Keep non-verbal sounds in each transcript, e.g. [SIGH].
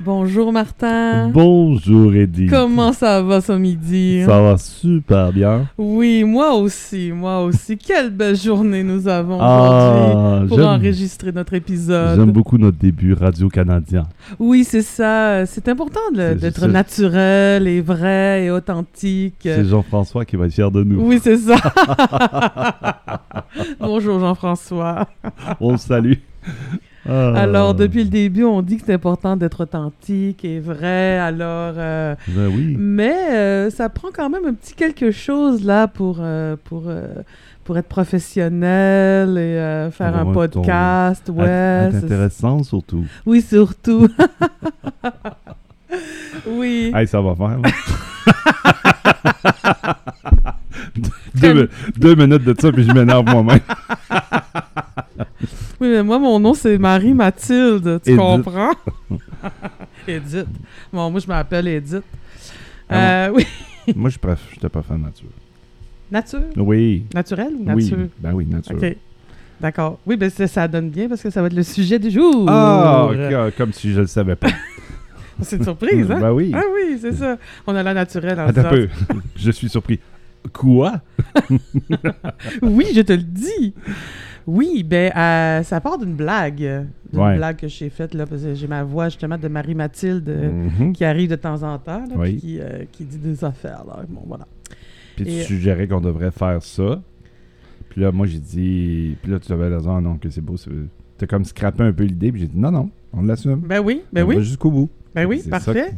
Bonjour Martin. Bonjour Eddie. Comment ça va ce midi? Ça va super bien. Oui, moi aussi, moi aussi. Quelle belle journée nous avons aujourd'hui Ah, pour j'aime- enregistrer notre épisode. J'aime beaucoup notre début radio-canadien. Oui, c'est ça. C'est important de- C'est- d'être c'est- naturel et vrai et authentique. C'est Jean-François qui va être fier de nous. Oui, c'est ça. [LAUGHS] Bonjour Jean-François. On le salue. Ah. [LAUGHS] Alors, depuis le début, on dit que c'est important d'être authentique et vrai. Alors, euh, Ben oui. Mais euh, ça prend quand même un petit quelque chose là pour, euh, pour, euh, pour être professionnel et euh, faire Avoir un un ton. Ah, podcast. Être- Ouais, être c'est- intéressant surtout. oui, surtout. [LAUGHS] oui. Hey, ça va [LAUGHS] faire. là. Très- deux, mi- deux minutes de ça, puis je m'énerve moi-même. oui, mais moi, mon nom, c'est Marie-Mathilde. Tu Edith. [LAUGHS] comprends? Edith. Bon, moi, je m'appelle Edith. Ah [LAUGHS] Euh, oui. moi, je préf- j'étais pas fan nature. Nature. Oui. Naturel ou Oui. nature? Ben oui, nature. OK. D'accord. Oui, ben, c'est- ça donne bien parce que ça va être le sujet du jour. Ah, ok, comme si je le savais [LAUGHS] pas. C'est une surprise, hein? Ben oui. Ah oui, c'est ça. On a la naturelle en Attends un peu. disant- [LAUGHS] je suis surpris. Quoi? Oui, je te le dis. Oui, ben euh, ça part d'une blague, d'une Ouais. blague que j'ai faite là parce que j'ai ma voix justement de Marie Mathilde Mhm. Euh, qui arrive de temps en temps, là, Oui. puis qui, euh, qui dit des affaires. là. Bon, voilà. Puis tu Et- euh, suggérais qu'on devrait faire ça. Puis là, moi, j'ai dit. Puis là, tu avais raison, Ah non, que c'est beau. c'est- T'as comme scrappé un peu l'idée. Puis j'ai dit, non, non, on l'assume. Ben oui, ben on oui, va jusqu'au bout. ben oui, C'est ça parfait.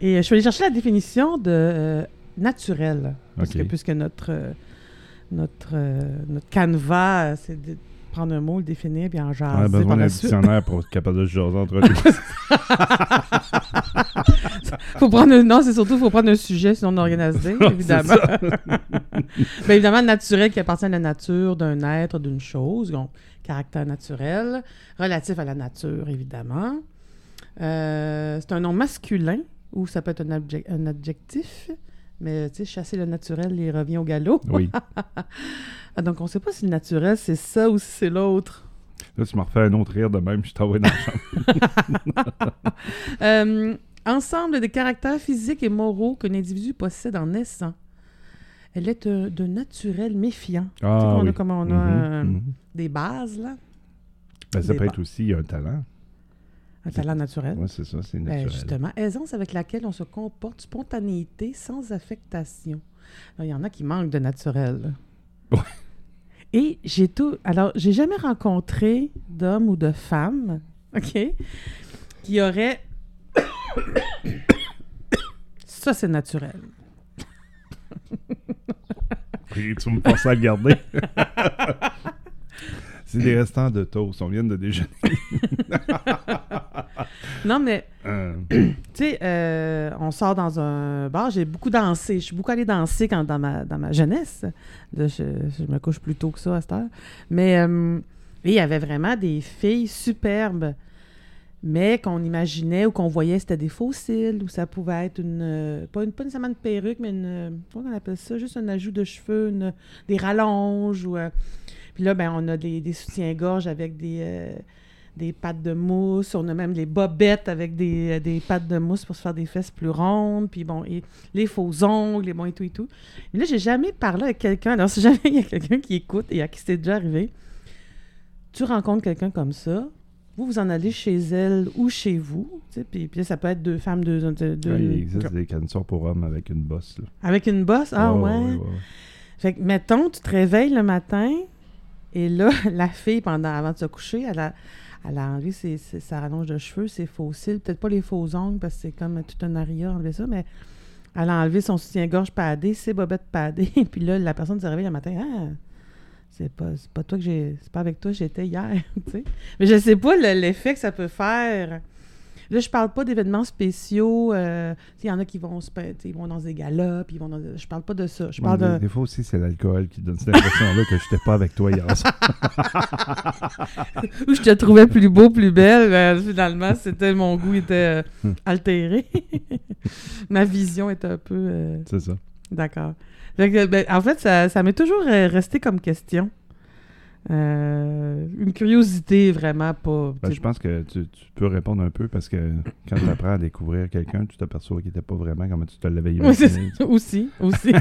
Et euh, je suis allée chercher la définition de euh, naturel, parce Ok. que puisque notre euh, notre euh, notre canevas, euh, c'est de prendre un mot, le définir, puis en On a jaser besoin par d'un la suite. dictionnaire pour être capable de se jaser entre [LAUGHS] nous. faut prendre un- non, c'est surtout faut prendre un sujet, sinon on organisé, évidemment. [LAUGHS] Bien évidemment, naturel qui appartient à la nature d'un être, d'une chose, donc caractère naturel, relatif à la nature, évidemment. Euh, c'est un nom masculin ou ça peut être un, abje- un adjectif, mais tu sais, chasser le naturel, il revient au galop. oui. Ah, donc on ne sait pas si le naturel c'est ça ou si c'est l'autre. Là, tu m'as refait un autre rire de même. Je t'envoie dans la chambre. Euh, ensemble des caractères physiques et moraux qu'un individu possède en naissant. Elle est euh, de naturel méfiant. Tu sais Ah, comment on a- oui. comment on a, Mhm, euh, mhm. des bases, là. Ben, ça des peut ba- être aussi un talent. Un talent naturel. Oui, c'est ça, c'est Ben, naturel. justement, aisance avec laquelle on se comporte, spontanéité, sans affectation. Alors, Il y en a qui manquent de naturel. Ouais. Et j'ai tout. Alors, j'ai jamais rencontré d'homme ou de femme, OK, qui aurait. [COUGHS] Ça, c'est naturel. Et tu me penses à le garder. [LAUGHS] c'est des restants de toast. On vient de déjeuner. Non, mais, Euh, tu sais, euh, on sort dans un bar. J'ai beaucoup dansé. Je suis beaucoup allée danser quand, dans, ma, dans ma jeunesse. Là, je, je me couche plus tôt que ça à cette heure. Mais euh, et il y avait vraiment des filles superbes, mais qu'on imaginait ou qu'on voyait, c'était des faux cils, ou ça pouvait être une, euh, pas, une pas nécessairement une perruque, mais une, euh, comment on appelle ça, juste un ajout de cheveux, une- des rallonges. Ou, euh, puis là, ben, on a des, des soutiens-gorge avec des, euh, des pattes de mousse, on a même les bobettes avec des, euh, des pattes de mousse pour se faire des fesses plus rondes, puis bon, et les faux ongles, et bon, et tout, et tout. Mais là, j'ai jamais parlé avec quelqu'un. [LAUGHS] Alors, si jamais il y a quelqu'un qui écoute et à qui c'est déjà arrivé, tu rencontres quelqu'un comme ça, vous, vous en allez chez elle ou chez vous, tu sais, puis, puis là, ça peut être deux femmes, deux... deux- [COUGHS] deux- ouais, il existe des canistères pour hommes avec une bosse. là. Avec une bosse, ah Ouais, ouais. ouais, ouais, ouais. Fait que, mettons, tu te réveilles le matin, et là, [LAUGHS] la fille, pendant, avant de se coucher, elle a, elle a enlevé ses- ses- sa rallonge de cheveux, ses faux cils, peut-être pas les faux ongles, parce que c'est comme tout un aria, enlever ça, mais elle a enlevé son soutien-gorge padé, ses bobettes padées, [LAUGHS] et puis là, la personne se réveille le matin, ah, c'est pas, c'est pas toi que j'ai, c'est pas avec toi que j'étais hier, [LAUGHS] tu sais. Mais je sais pas le- l'effet que ça peut faire. Là, je parle pas d'événements spéciaux. euh, tu sais, Il y en a qui vont, se pa- tu sais, ils vont dans des galas, puis ils vont dans... Je parle pas de ça. Je parle Ouais, d'un... des, des fois aussi, c'est l'alcool qui donne cette impression-là que j'étais pas avec toi hier soir. où je te trouvais plus beau, plus belle. euh, finalement, c'était mon goût était Hmm. euh, altéré. [LAUGHS] Ma vision était un peu euh, C'est ça. d'accord. Fait que, ben, en fait, ça, ça m'est toujours euh, resté comme question. Euh, une curiosité vraiment pas. Ben, t'sais, je pense que tu, tu peux répondre un peu parce que quand tu apprends à découvrir quelqu'un, tu t'aperçois qu'il n'était pas vraiment comme tu te l'avais [LAUGHS] Oui, c'est imaginé. ça. Aussi, [LAUGHS] aussi.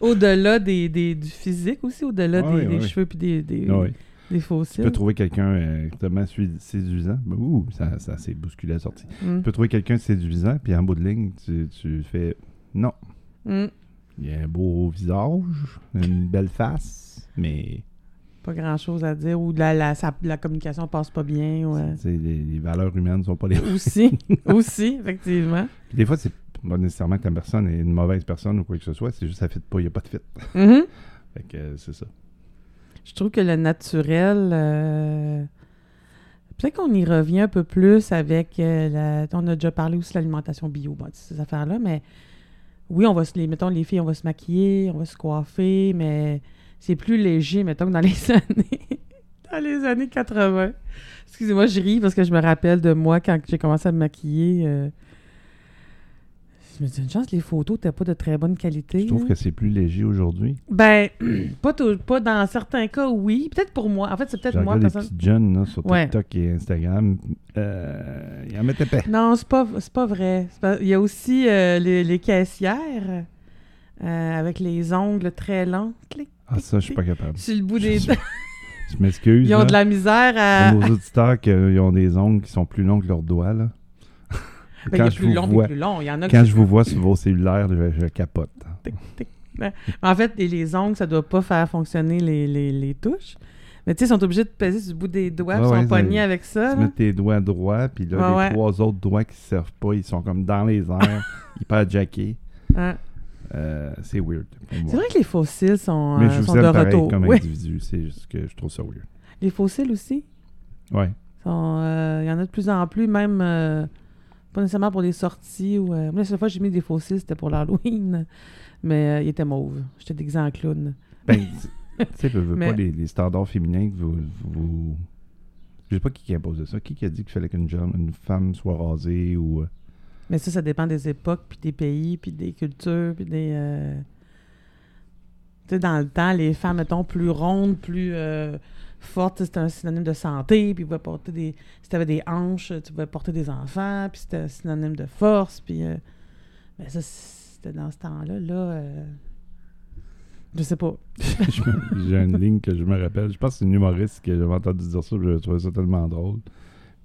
au-delà des, des- du physique aussi, au-delà Ouais, ouais, des, des ouais. cheveux puis des, des, Ah oui. des Tu fossiles. peux trouver quelqu'un euh, tellement sui- séduisant. Ben, Ouh, ça, ça s'est bousculé à la sortie. Mm. Tu peux trouver quelqu'un séduisant, puis en bout de ligne, tu, tu fais non. Mm. Il a un beau visage, une belle face, mais Pas grand-chose à dire. Ou la, la, ça- la communication passe pas bien. euh, ouais. tu sais, les, les valeurs humaines sont pas les Aussi, [LAUGHS] aussi, effectivement. Puis des fois, c'est pas nécessairement que la personne est une mauvaise personne ou quoi que ce soit, c'est juste ça fit pas, il n'y a pas de fit. Mhm. Fait que euh, c'est ça. Je trouve que le naturel, euh, peut-être qu'on y revient un peu plus avec, euh, la, on a déjà parlé aussi de l'alimentation bio, bon, de ces affaires-là, mais oui, on va se les, mettons, les filles, on va se maquiller, on va se coiffer, mais c'est plus léger, mettons, que dans les [LAUGHS] années, dans les années 80. Excusez-moi, je ris parce que je me rappelle de moi quand j'ai commencé à me maquiller. euh, je me dis, une chance, les photos n'étaient pas de très bonne qualité. Je trouve là. que c'est plus léger aujourd'hui. Ben, [CLEARS THROAT] pas, tout- pas dans certains cas, oui. Peut-être pour moi. En fait, c'est Je peut-être moi, regarde les personne- petites jeunes là, sur Ouais. TikTok et Instagram. Euh, ils en mettaient pas. Non, c'est pas, c'est pas vrai. C'est pas- Il y a aussi euh, les, les caissières euh, avec les ongles très longs. Clic, Ah, ça, je suis pas [LAUGHS] capable. sur le bout des Je- dents. Je m'excuse. Ils ont là, de la misère à à. [LAUGHS] nos auditeurs qui euh, ont des ongles qui sont plus longs que leurs doigts. Là. Ben, il y a quand je plus vous long, puis vois, plus long. Il y en a quand qui- je vous vois sur vos cellulaires, je, je capote. En fait, les, les ongles, ça doit pas faire fonctionner les, les, les touches. Mais tu sais, ils sont obligés de peser sur le bout des doigts, Ah puis ils ouais, sont ça- pognés avec ça. Tu là. mets tes doigts droits, puis là, Hein? Ouais, les ouais. trois autres doigts qui servent pas, ils sont comme dans les airs, [LAUGHS] hyper jackés. Hein. Euh, c'est weird. pour moi. C'est vrai que les fossiles sont, Mais euh, je sont vous de aime pareil retour. comme Oui. individu. C'est juste que je trouve ça weird. Les fossiles aussi. Ouais. Sont, euh, Il y en a de plus en plus, même euh, pas nécessairement pour des sorties. Ou, euh, moi, la seule fois que j'ai mis des fossiles, c'était pour l'Halloween. [LAUGHS] Mais euh, il était mauve. J'étais déguisée en clown. [LAUGHS] Ben, tu sais, veux, veux Mais- pas les, les standards féminins que vous. vous... Je sais pas qui, qui a imposé ça. Qui, qui a dit qu'il fallait qu'une jeune- une femme soit rasée ou. euh, Mais ça, ça dépend des époques, puis des pays, puis des cultures, puis des. euh, Tu sais, dans le temps, les femmes, mettons, plus rondes, plus euh, fortes, c'était un synonyme de santé, puis ils pouvaient porter des. Si t'avais des hanches, tu pouvais porter des enfants, puis c'était un synonyme de force, puis. euh, Mais ça, c'était dans ce temps-là, là. euh, Je sais pas. [LAUGHS] je me- J'ai une ligne que je me rappelle. Je pense que c'est une humoriste que j'avais entendu dire ça. puis J'avais trouvé ça tellement drôle.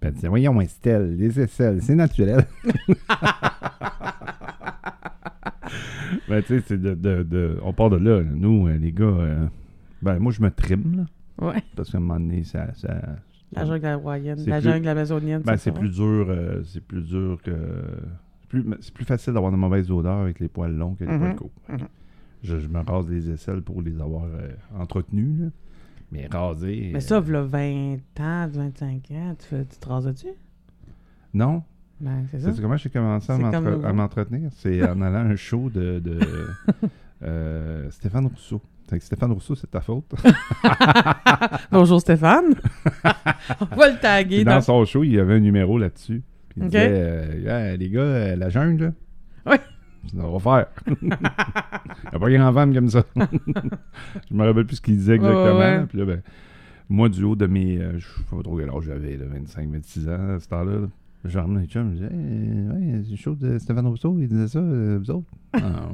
Ben, elle disait Voyons, Estelle, les aisselles, c'est naturel. [LAUGHS] ben, tu sais, c'est de, de- de- On part de là. là. Nous, euh, les gars. euh, Ben, moi, je me trime, là. Ouais. Parce qu'à un moment donné, ça. ça- La jungle hawaïenne, C'est la plus- jungle amazonienne. Ben, ça, c'est ça va. plus dur. euh, c'est plus dur que. c'est plus- mais C'est plus facile d'avoir de mauvaises odeurs avec les poils longs que les Mhm, poils courts. mhm. je, je me rase les aisselles pour les avoir euh, entretenues, là. Mais raser. Mais euh, ça, v'là 20 ans, 25 ans, tu, fais- tu te rases dessus? Non. Ben, c'est ça. C'est comment j'ai commencé à C'est m'entre- comme nouveau. à m'entretenir? C'est en allant à un show de, [LAUGHS] de, euh, Stéphane Rousseau. Fait que Stéphane Rousseau, c'est ta faute. [LAUGHS] Bonjour Stéphane. On va le taguer. Puis Dans... dans son show, il y avait un numéro là-dessus. Puis Il Ok. disait, euh, Hey, les gars, euh, la jungle, là. Ouais. Ça [LAUGHS] on va faire. [LAUGHS] il n'y a pas grand femme comme ça. [LAUGHS] je me rappelle plus ce qu'il disait Ouais, ouais, exactement. ouais. là. Puis là, ben, moi, du haut de mes. euh, je ne sais pas trop quel âge j'avais, là, 25, 26 ans à ce temps-là. là, Je ramenais les chums, je disais, Hey, ouais, c'est chaud de Stéphane Rousseau, il disait ça, euh, vous [LAUGHS] autres. Ah,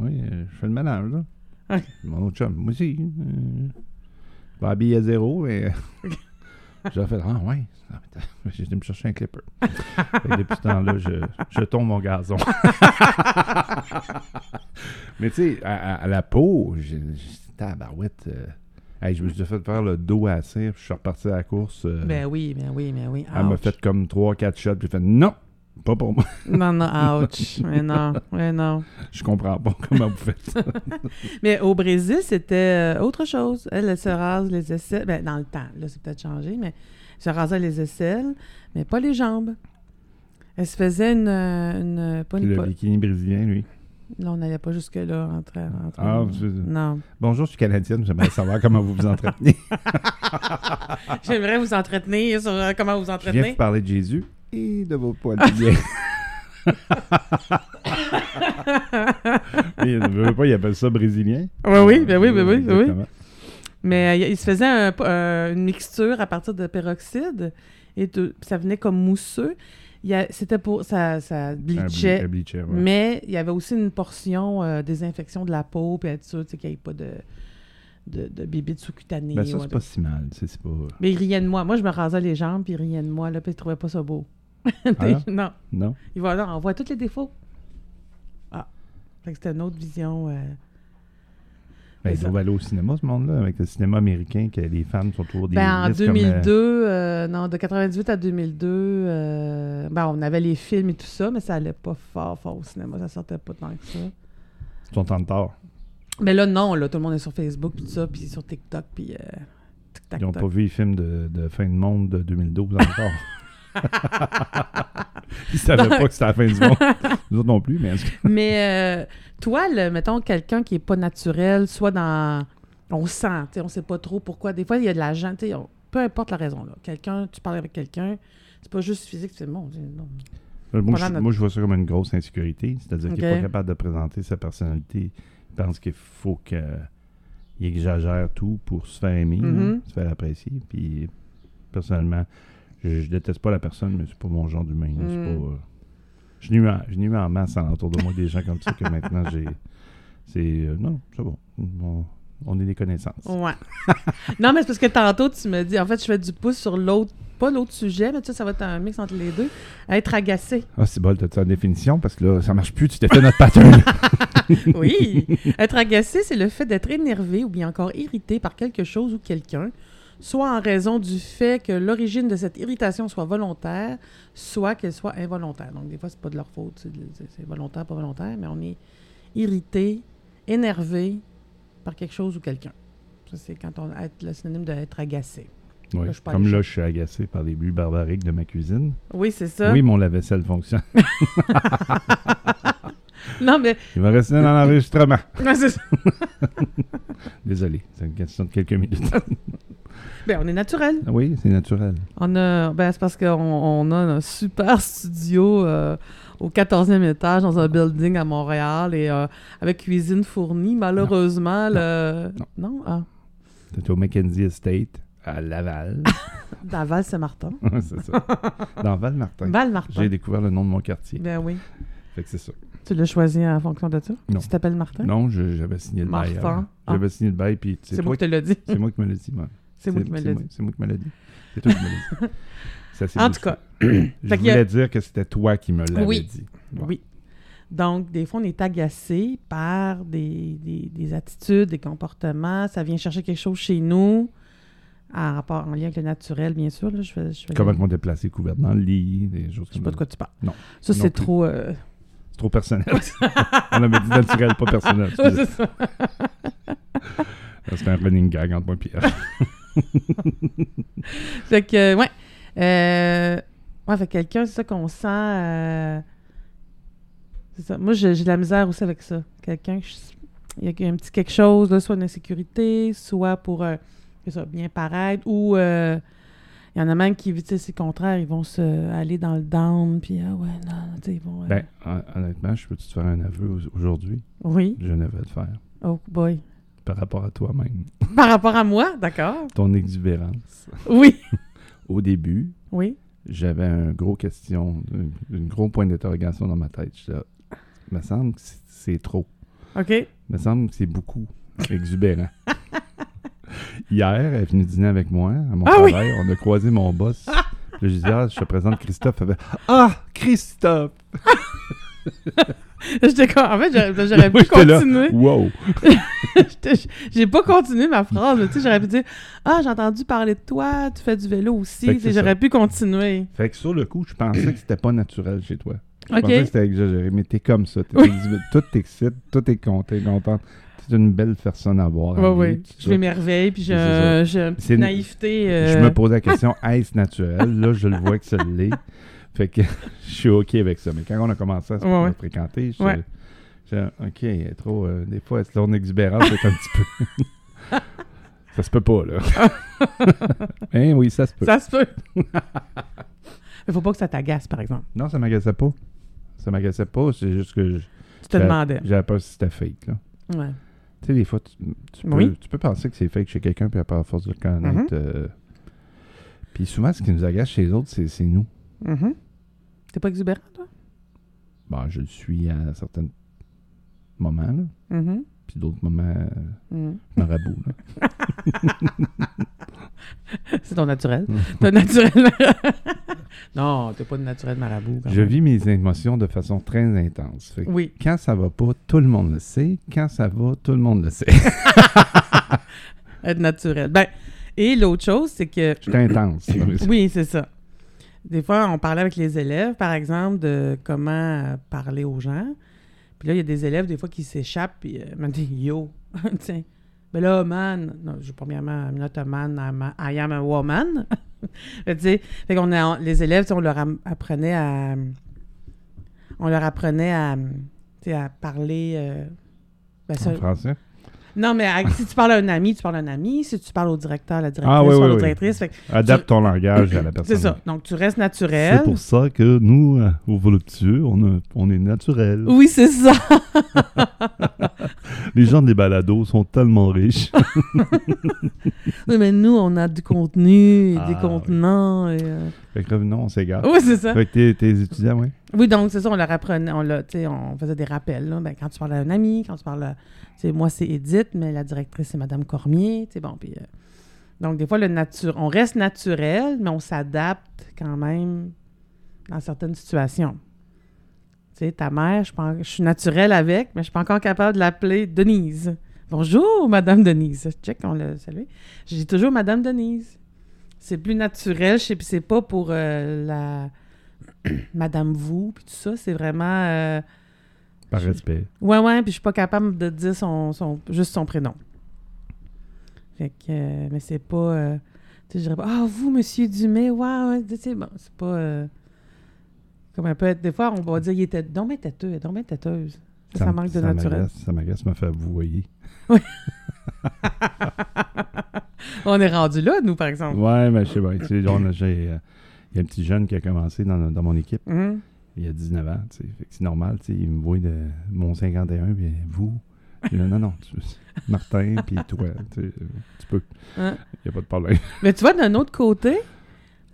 oui, euh, je fais le ménage, là. Ok. Mon autre chum, moi aussi. euh, pas habillé à zéro, mais. J'ai fait Ah ouais, Ah, putain, [LAUGHS] j'ai été me chercher un clipper. Fait que depuis ce temps-là, je, je tombe mon gazon. [LAUGHS] Mais tu sais, à, à- à la peau, j'ai j'ai- tabarouette. euh, hey, je me suis déjà fait faire le dos à la cire, puis je suis reparti à la course. euh, Ben oui, ben oui, ben oui. elle m'a ouch. fait comme 3-4 shots, puis j'ai fait non, pas pour moi. [LAUGHS] Non, non, ouch. mais non, mais non. Je comprends pas comment vous faites ça. Mais au Brésil, c'était euh, autre chose. Elle, elle se rase les aisselles. Ben, dans le temps, là, c'est peut-être changé, mais elle se rasait les aisselles, mais pas les jambes. Elle se faisait une. euh, une- pas Puis une le po- bikini brésilien, lui. Là, on n'allait pas jusque-là. Entre, entre- Ah, c'est- Non. Bonjour, je suis canadienne, j'aimerais savoir comment vous vous entretenez. J'aimerais vous entretenir sur euh, comment vous Ah, Je viens entretenir. vous parler de Jésus et de vos poils [LAUGHS] bien. Il ne veut pas, il appelle ça brésilien. euh, Ouais, oui, ben oui, ben oui, ben oui. Exactement. Mais euh, il se faisait un- euh, une mixture à partir de peroxyde et de- ça venait comme mousseux. Il y a- C'était pour. Ça, ça Un bli- bleachait. un bleacher, ouais. Mais il y avait aussi une portion euh, désinfection de la peau, puis être sûr tu sais, qu'il n'y ait pas de, de, de bibitte sous-cutanée. Ben ça, c'est ouais, pas de- si mal. tu sais, C'est pas... Mais il riait de moi. Moi, je me rasais les jambes, puis il riait de moi, là, puis il trouvait pas ça beau. [LAUGHS] Ah? non. Non? Il va là, on voit tous les défauts. Ah. Fait que c'était une autre vision. euh. Ben, Mais ils ça- doivent aller au cinéma, ce monde-là, avec le cinéma américain, que les femmes sont toujours des Ben, en ministres comme, euh, 2002, euh, non, de 98 à 2002, euh, ben, on avait les films et tout ça, mais ça allait pas fort, fort au cinéma. Ça sortait pas tant que ça. sont en retard. Mais là, non, là, tout le monde est sur Facebook, puis tout ça, puis sur TikTok, puis euh, tic-tac-tac. Ils n'ont pas [LAUGHS] vu les films de, de fin de monde de 2012 encore. [LAUGHS] Ils savaient pas que c'était la fin du monde. [LAUGHS] Nous autres non plus, mais est-ce que- Mais euh, toi, le- mettons quelqu'un qui est pas naturel, soit dans. On sent, tu sais, on sait pas trop pourquoi. Des fois, il y a de la gente, tu sais, on- peu importe la raison. là. Quelqu'un, tu parles avec quelqu'un, c'est pas juste physique, c'est bon. non. moi, Voilà je, notre- moi, je vois ça comme une grosse insécurité. C'est-à-dire qu'il Ok. n'est pas capable de présenter sa personnalité. Il pense qu'il faut que il exagère tout pour se faire aimer, Mhm. hein, se faire apprécier. Puis, personnellement, je, je déteste pas la personne, mais c'est pas mon genre d'humain. là. C'est Mm. pas, euh, Je n'ai eu, en- je n'ai eu en masse autour de moi des gens comme ça que maintenant j'ai. C'est. euh, non, c'est bon. On, on est des connaissances. Ouais. [LAUGHS] non, mais c'est parce que tantôt, tu me dis, en fait, je fais du pouce sur l'autre, pas l'autre sujet, mais tu sais, ça va être un mix entre les deux. Être agacé. Ah, c'est bol, t'as-tu la définition? Parce que là, ça marche plus, tu t'es fait notre [LAUGHS] pattern. [LAUGHS] Oui. [LAUGHS] être agacé, c'est le fait d'être énervé ou bien encore irrité par quelque chose ou quelqu'un, soit en raison du fait que l'origine de cette irritation soit volontaire, soit qu'elle soit involontaire. Donc, des fois, c'est pas de leur faute. C'est, de- c'est- c'est volontaire, pas volontaire, mais on est irrité, énervé par quelque chose ou quelqu'un. Ça, c'est quand on être le synonyme d'être agacé. Oui, Là, je suis pas Comme allée là, je suis agacé par les buts barbariques de ma cuisine. Oui, c'est ça. Oui, mon lave-vaisselle fonctionne. [LAUGHS] Non, mais. Il va rester dans l'enregistrement. non, c'est ça. Désolé, c'est une question de quelques minutes. [LAUGHS] Ben, on est naturel. Ah oui, c'est naturel. On a, ben, c'est parce qu'on on a un super studio euh, au 14e étage dans un building à Montréal et euh, avec cuisine fournie. Malheureusement, le. Non. Ah. T'es au Mackenzie Estate, à [LAUGHS] Laval. Dans Val-Saint-Martin. c'est ça. Dans Val-Martin. Val-Martin. J'ai découvert le nom de mon quartier. Ben oui. Fait que c'est ça. Tu l'as choisi en fonction de ça? Non. Tu t'appelles Martin? Non, je- j'avais signé le bail. Martin. avant. Ah. J'avais signé le bail, puis c'est C'est moi toi qui te l'ai dit. qui- c'est moi qui me l'ai dit. moi. [LAUGHS] C'est moi qui me l'ai dit. C'est moi qui me l'ai dit. C'est toi qui me l'as [LAUGHS] dit. Ça, c'est En juste- tout cas, je Fait qu'il y a- voulais dire que c'était toi qui me l'avais Oui. dit. Bon. Oui. Donc, des fois, on est agacé par des, des- des attitudes, des comportements. Ça vient chercher quelque chose chez nous, en, rapport, en lien avec le naturel, bien sûr. Là, je fais, je fais- Comment on déplacer couvert dans le lit, des choses je sais comme pas ça. de quoi tu parles. Non. Ça, Non c'est plus. trop... euh, [LAUGHS] C'est trop personnel. [LAUGHS] on avait dit naturel, pas personnel. ouais, excusez. c'est ça. C'était un running gag entre moi et Pierre. Fait que, ouais. Euh, ouais, fait que quelqu'un, c'est ça qu'on sent... euh, C'est ça. Moi, j'ai j'ai de la misère aussi avec ça. Quelqu'un, que je- il y a un petit quelque chose, là, soit une insécurité, soit pour euh, que ça, bien paraître, ou euh, il y en a même qui, tu sais, c'est le contraire, ils vont se aller dans le down, puis ah ouais, non, tu sais, ils vont... euh, Ben, hon- honnêtement, je peux-tu te faire un aveu au- aujourd'hui? Oui, Je ne vais te faire. oh boy. [LAUGHS] Par rapport à toi-même. Par rapport à moi, d'accord? Ton exubérance. Oui, Au début, oui. j'avais un gros question, une, une gros point d'interrogation dans ma tête. Je me semble que c'est- c'est trop. OK. [LAUGHS] me semble que c'est beaucoup exubérant. Hier, elle est venue dîner avec moi à mon Ah oui! travail. On a croisé mon boss. Là, je lui dis, ah, je te présente Christophe. Elle fait, ah, Christophe! J'étais comme- En fait, j'aurais j'aurais Moi, pu j'étais là. continuer. Wow! J'étais- [LAUGHS] J'ai pas continué ma phrase, mais tu sais, j'aurais pu dire « Ah, j'ai entendu parler de toi, tu fais du vélo aussi. Fait » que Tu sais, c'est J'aurais ça. pu continuer. Fait que sur le coup, je pensais que c'était pas naturel chez toi. Je OK. pensais que c'était exagéré, mais t'es comme ça. T'es Oui. exubé- Tout t'excite, tout est content, contente. T'es une belle personne à voir. Oui, en vie, oui. tout Je ça. m'émerveille, puis j'ai C'est un- j'ai une petite C'est- naïveté. Je euh, me pose la question, [LAUGHS] est-ce naturel? Là, je le vois que ça l'est. Fait que [LAUGHS] je suis OK avec ça. Mais quand on a commencé à se Ouais, ouais. fréquenter, je Ouais. OK, elle est trop. euh, des fois, est-ce qu'on exubérance, c'est un petit peu. [LAUGHS] ça se peut pas, là. [LAUGHS] hein, oui, ça se peut. [LAUGHS] Ça se peut. Mais faut pas que ça t'agace, par exemple. Non, ça m'agaçait pas. Ça m'agaçait pas, c'est juste que je- Tu te Ben, demandais. j'avais peur si c'était fake, là. Ouais. Tu sais, des fois, tu, tu peux, Oui. tu peux penser que c'est fake chez quelqu'un, puis à force de le connaître. euh, Puis souvent, ce qui nous agace chez les autres, c'est c'est nous. Mhm. T'es pas exubérant, toi? Bon, Ben, je le suis à certains moments, là. Mhm. Puis d'autres moments, euh, Mhm. marabout, [LAUGHS] là. [LAUGHS] C'est ton naturel. Mm. ton naturel. [LAUGHS] non, t'es pas de naturel marabout. quand Je même. vis mes émotions de façon très intense. Fait que Oui. quand ça va pas, tout le monde le sait. Quand ça va, tout le monde le sait. Être naturel. Ben, et l'autre chose, c'est que. J'étais intense. là. Oui, c'est ça. Des fois, on parlait avec les élèves, par exemple, de comment euh, parler aux gens. Puis là, il y a des élèves, des fois, qui s'échappent, puis euh, ils me disent Yo, [LAUGHS] tiens. Ben là, man, non, je premièrement, I'm not a man, I'm a- I am a woman. [LAUGHS] Fait que, tu sais, fait qu'on a, les élèves, tu sais, on leur am- apprenait à, on leur apprenait à, tu sais, à parler. euh, ben, ça- En français. non, mais à- si tu parles à un ami, tu parles à un ami. Si tu parles au directeur, à la directrice, Ah, oui, tu parles oui, aux oui. directrices. Fait que Adapte ton langage à la c'est personne. ça. Donc, tu restes naturel. C'est pour ça que nous, euh, au voluptueux, on, a- on est naturel. Oui, c'est [LAUGHS] ça. Les gens des balados sont tellement riches. Oui, mais nous, on a du contenu, et Ah, des oui. contenants. et, euh, fait que revenons, on s'égare. Oui, c'est ça. Fait que tes, tes étudiants, oui. Oui, donc, c'est ça, on leur apprenait, on, leur- tu sais, on faisait des rappels. là. Ben, quand tu parles à un ami, quand tu parles. à- tu sais, moi, c'est Edith, mais la directrice, c'est Madame Cormier. tu sais, Bon, puis, euh, donc, des fois, le nature, on reste naturel, mais on s'adapte quand même dans certaines situations. Tu sais, ta mère, je, pense- je suis naturelle avec, mais je suis pas encore capable de l'appeler Denise. Bonjour, Madame Denise. Check, on l'a salué. J'ai toujours Madame Denise. C'est plus naturel, je sais, puis c'est pas pour euh, la Madame vous, puis tout ça. C'est vraiment. euh, Par respect. Ouais, ouais, puis je suis pas capable de dire son, son- juste son prénom. Fait que, euh, mais c'est pas. euh, tu sais, je dirais pas, ah, vous, monsieur Dumais, waouh, ouais, tu sais, bon, c'est pas. euh, comme un peu être. Des fois, on va dire, il était. Non, mais têteux, non, mais têteuse. Ça, ça m- manque ça de naturel. m'agace, Ça m'agace, ça m'a fait avouer. [LAUGHS] on est rendu là, nous, par exemple. Ouais, mais je sais pas. tu sais, on a- j'ai, euh, Il y a un petit jeune qui a commencé dans, dans mon équipe. Mhm. Il a 19 ans. tu sais. Fait que c'est normal. tu sais, Il me voit de mon 51, puis vous. Je dis, non, non, tu- Martin, [LAUGHS] puis toi. Tu, sais, tu peux. Il Hein? n'y a pas de problème. Mais tu vois, d'un autre côté,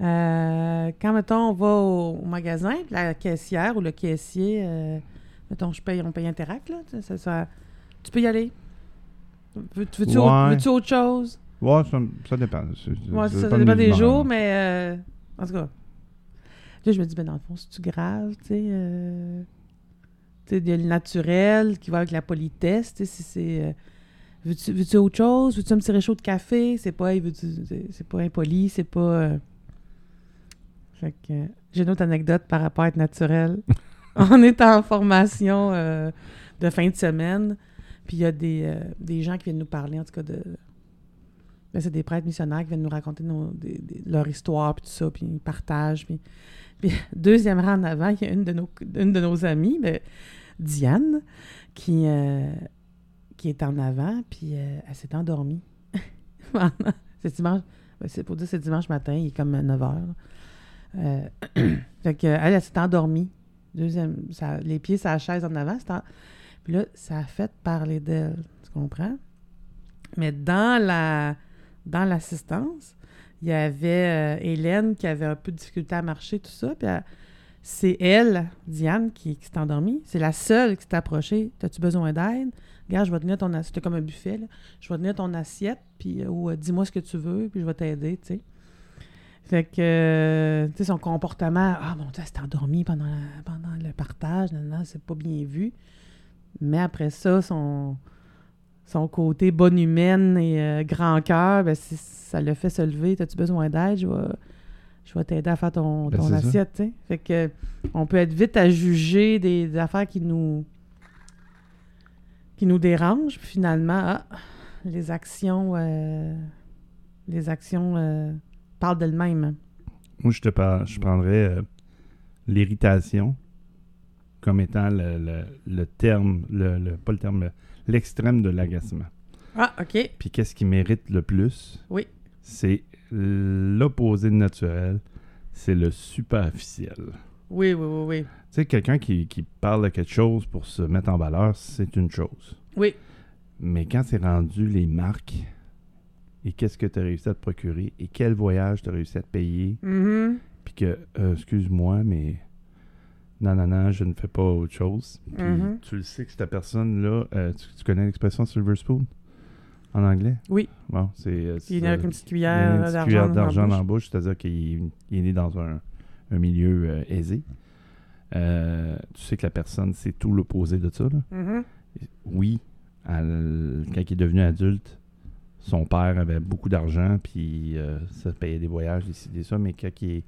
euh, quand, mettons, on va au, au magasin, puis la caissière ou le caissier, euh, mettons, je paye, on paye Interac, là, tu, sais, ça- ça- tu peux y aller. Veux- tu- Veux-tu autre- Ouais. veux-tu autre chose? Ouais, ça, ça dépend. C'est- Moi, c'est ça, pas dépend des une- jours, mais euh, en tout cas. Là, je me dis, ben dans le fond, c'est-tu grave, tu sais? euh, tu sais, il y a le naturel qui va avec la politesse, tu sais, si c'est... euh, veux-tu, veux-tu autre chose? Veux-tu un petit réchaud de café? C'est pas, hey, veux-tu- c'est c'est pas impoli, c'est pas... euh. Fait que, euh, j'ai une autre anecdote par rapport à être naturel. On est en formation euh, de fin de semaine, puis il y a des, euh, des gens qui viennent nous parler, en tout cas, de... ben, c'est des prêtres missionnaires qui viennent nous raconter nos- des- des- leur histoire, puis tout ça, puis ils partagent. Puis, puis [LAUGHS] deuxième rang en avant, il y a une de nos, une de nos amies, ben, Diane, qui, euh, qui est en avant, puis euh, elle s'est endormie. [LAUGHS] Pendant- c'est dimanche. ben, c'est pour dire c'est dimanche matin, il est comme 9 h. Euh, [CLEARS THROAT] fait que, elle, elle s'est endormie. Deuxième, ça- les pieds sur la chaise en avant. c'est en- Puis là, ça a fait parler d'elle. Tu comprends? Mais dans la dans l'assistance, il y avait euh, Hélène qui avait un peu de difficulté à marcher, tout ça. Puis elle- c'est elle, Diane, qui, qui s'est endormie. C'est la seule qui s'est approchée. T'as-tu besoin d'aide? Regarde, je vais tenir ton assiette. C'était comme un buffet, là. Je vais tenir ton assiette, puis euh, ou, euh, dis-moi ce que tu veux, puis je vais t'aider, tu sais. Fait que, euh, tu sais, son comportement, ah mon Dieu, elle s'est endormie pendant, la- pendant le partage, non, non, c'est pas bien vu. Mais après ça, son, son côté bonne humaine et euh, grand cœur, ben, si ça le fait se lever. T'as-tu besoin d'aide? Je vais, je vais t'aider à faire ton, Ben, ton c'est ça. assiette. tu sais. Fait que on peut être vite à juger des, des affaires qui nous qui nous dérangent. Puis finalement, ah, les actions euh, les actions euh, parlent d'elles-mêmes. Moi, je te par- je prendrais euh, l'irritation comme étant le, le- le terme, le, le- pas le terme, le- l'extrême de l'agacement. Ah, OK. Puis qu'est-ce qui mérite le plus? Oui. C'est l'opposé de naturel, c'est le superficiel. Oui, oui, oui, oui. Tu sais, quelqu'un qui, qui parle de quelque chose pour se mettre en valeur, c'est une chose. Oui. Mais quand c'est rendu les marques, et qu'est-ce que tu as réussi à te procurer, et quel voyage tu as réussi à te payer, Mhm. puis que, euh, excuse-moi, mais non, non, non, je ne fais pas autre chose. Puis Mhm. tu le sais que cette personne-là, euh, tu, tu connais l'expression Silver Spoon en anglais? Oui. Bon, c'est. euh, Puis il y c'est- a une petite il a une cuillère petite d'argent. cuillère dans la d'argent bouche. dans la bouche, c'est-à-dire qu'il il est né dans un, un milieu euh, aisé. Euh, tu sais que la personne, c'est tout l'opposé de ça. là. Mhm. Oui, elle- quand il est devenu adulte, son père avait beaucoup d'argent, puis euh, ça payait des voyages, des, ci, des ça, mais quand il est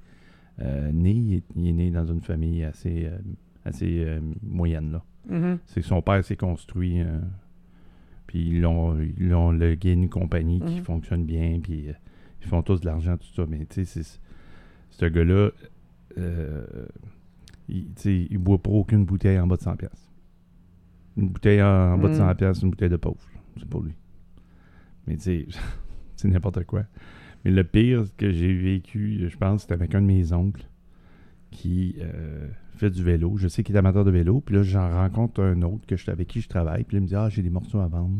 euh, né, il est, il est né dans une famille assez, euh, assez euh, moyenne. Là. Mhm. C'est que son père s'est construit, euh, puis ils l'ont, ils l'ont légué à une compagnie qui Mhm. fonctionne bien, puis euh, ils font tous de l'argent, tout ça. Mais tu sais, c'est- ce gars-là, euh, il, tu sais, il boit pas aucune bouteille en bas de 100$. piastres. Une bouteille en, en bas de Mm. 100$, piastres, une bouteille de pauvre. C'est pour lui. Mais tu sais, [LAUGHS] c'est n'importe quoi. Mais le pire que j'ai vécu, je pense, c'était avec un de mes oncles qui euh, fait du vélo. Je sais qu'il est amateur de vélo. Puis là, j'en rencontre un autre que je, avec qui je travaille. Puis là, il me dit Ah, j'ai des morceaux à vendre.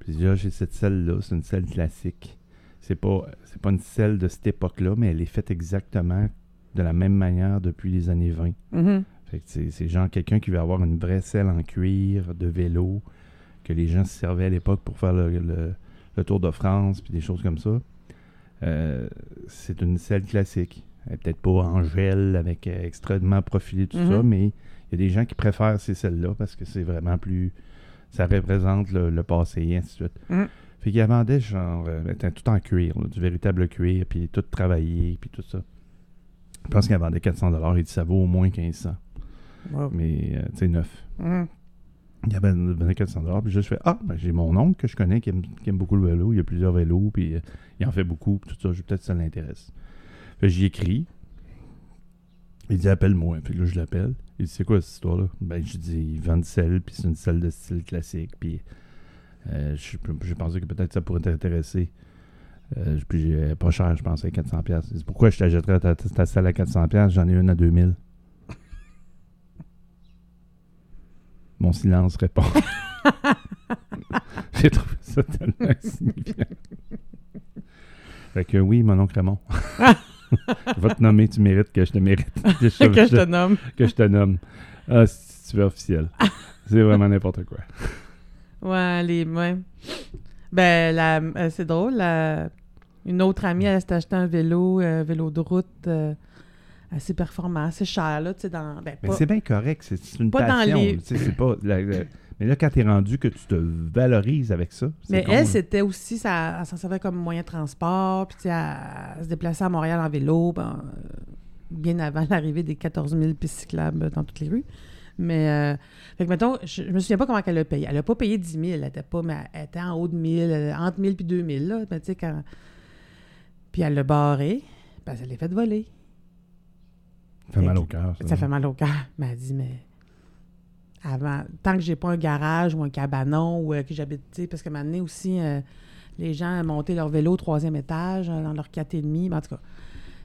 Puis je dis Ah, j'ai cette selle-là. C'est une selle classique. C'est pas, c'est pas une selle de cette époque-là, mais elle est faite exactement de la même manière depuis les années 20. Mhm. Fait que c'est c'est genre quelqu'un qui veut avoir une vraie selle en cuir de vélo que les gens se servaient à l'époque pour faire le, le- le Tour de France puis des choses comme ça. Euh, c'est une selle classique. Elle est peut-être pas en gel avec euh, extrêmement profilé tout ça, Mhm. mais il y a des gens qui préfèrent ces selles-là parce que c'est vraiment plus. Ça représente le, le passé et ainsi de suite. Mhm. Fait qu'il vendait genre. euh, elle était tout en cuir, là, du véritable cuir, puis tout travaillé, puis tout ça. Je pense qu'elle vendait 400$, il dit ça vaut au moins 1500$ Wow. mais euh, tu sais, neuf. Mhm. Il y avait il venait 400 dollars, puis je fais Ah, ben, j'ai mon oncle que je connais qui aime, qui aime beaucoup le vélo, il a plusieurs vélos, puis euh, il en fait beaucoup, puis tout ça, je- peut-être que ça l'intéresse. Fait que j'y écris. Il dit Appelle-moi. Fait que là, je l'appelle. Il dit C'est quoi cette histoire-là Ben, je dis Ils vendent selle, puis c'est une selle de style classique, puis euh, je- j'ai pensé que peut-être ça pourrait t'intéresser. Euh, puis j'ai- pas cher, je pensais 400$. piastres. Il dit Pourquoi je t'achèterais ta, ta selle à 400$? piastres? J'en ai une à 2000$. [LAUGHS] Mon silence répond. [LAUGHS] J'ai trouvé ça tellement insignifiant. Fait que oui, mon oncle Raymond. [LAUGHS] Va te nommer, tu mérites que je te mérite. [LAUGHS] Que je, que je je- te nomme. que je te nomme. Ah, c'est [LAUGHS] superficiel. C'est vraiment n'importe quoi. Ouais, les ouais. Ben, la- euh, c'est drôle. la- une autre amie, elle s'est acheté un vélo, euh, vélo de route euh, assez performant, assez cher, là, tu sais, dans... Ben, Mais pas- c'est bien correct, c'est c'est une Pas dans passion. les- tu sais, c'est pas la- la- Mais là, quand t'es rendu que tu te valorises avec ça, c'est Mais con, elle, là. c'était aussi, ça, elle s'en servait comme moyen de transport, puis tu sais, elle, elle se déplaçait à Montréal en vélo, ben, euh, bien avant l'arrivée des 14 000 pistes cyclables dans toutes les rues. Mais, euh, fait que, mettons, je, je me souviens pas comment elle a payé. Elle a pas payé 10 000, elle était pas, mais elle était en haut de 1000, euh, entre 1000 puis 2000, là, mais tu sais, quand... Puis elle l'a barré, ben, elle l'a fait voler. Ça fait mal au cœur. Ça fait mal au cœur. [LAUGHS] Mais elle dit, mais avant, tant que j'ai pas un garage ou un cabanon ou euh, que j'habite, tu sais, parce que maintenant aussi, euh, les gens montaient leur vélo au troisième étage, euh, dans leur 4,5, ben, en tout cas.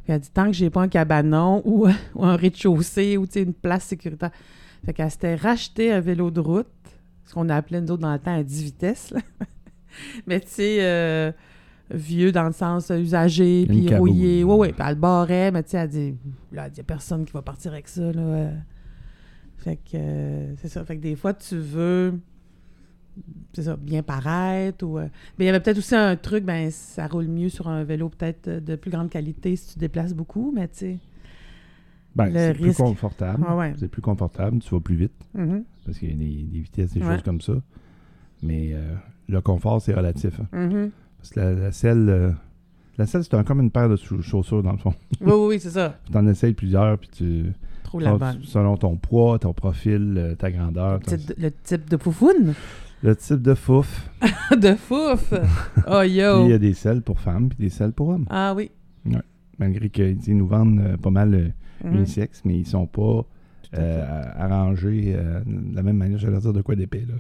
Puis elle dit, tant que j'ai pas un cabanon ou, [LAUGHS] ou un rez-de-chaussée ou tu sais, une place sécuritaire. Fait qu'elle s'était racheté un vélo de route, ce qu'on appelait nous autres dans le temps à 10 vitesses, là. [LAUGHS] mais tu sais, euh, vieux dans le sens euh, usagé, Une puis caboule. rouillé. Oui, oui, puis elle le barrait, mais tu sais, elle dit, là, il n'y a personne qui va partir avec ça, là. euh. Fait que, euh, c'est ça. Fait que des fois, tu veux, c'est ça, bien paraître ou... euh, Mais il y avait peut-être aussi un truc, ben, ça roule mieux sur un vélo peut-être euh, de plus grande qualité si tu te déplaces beaucoup, mais tu sais... Ben, le c'est plus risque. confortable. Ah ouais. C'est plus confortable, tu vas plus vite. Mhm, parce qu'il y a des, des vitesses, des Ouais. choses comme ça. Mais euh, le confort, c'est relatif. hein. mhm. Parce que la, la selle, euh, la selle, c'est un- comme une paire de chau- chaussures, dans le fond. [LAUGHS] Oui, oui, oui, c'est ça. Tu en essayes plusieurs, puis tu. Trouve la selon- bonne. Selon ton poids, ton profil, euh, ta grandeur, Le ton- type de- le type de foufoune. le type de fouf. [LAUGHS] de fouf! [LAUGHS] Oh Puis il y yo! a des selles pour femmes, puis des selles pour hommes. Ah oui. Malgré qu'ils nous vendent euh, pas mal euh, Mhm. unisexe, mais ils sont pas à euh, arrangés euh, de la même manière, j'allais dire de quoi d'épais. là.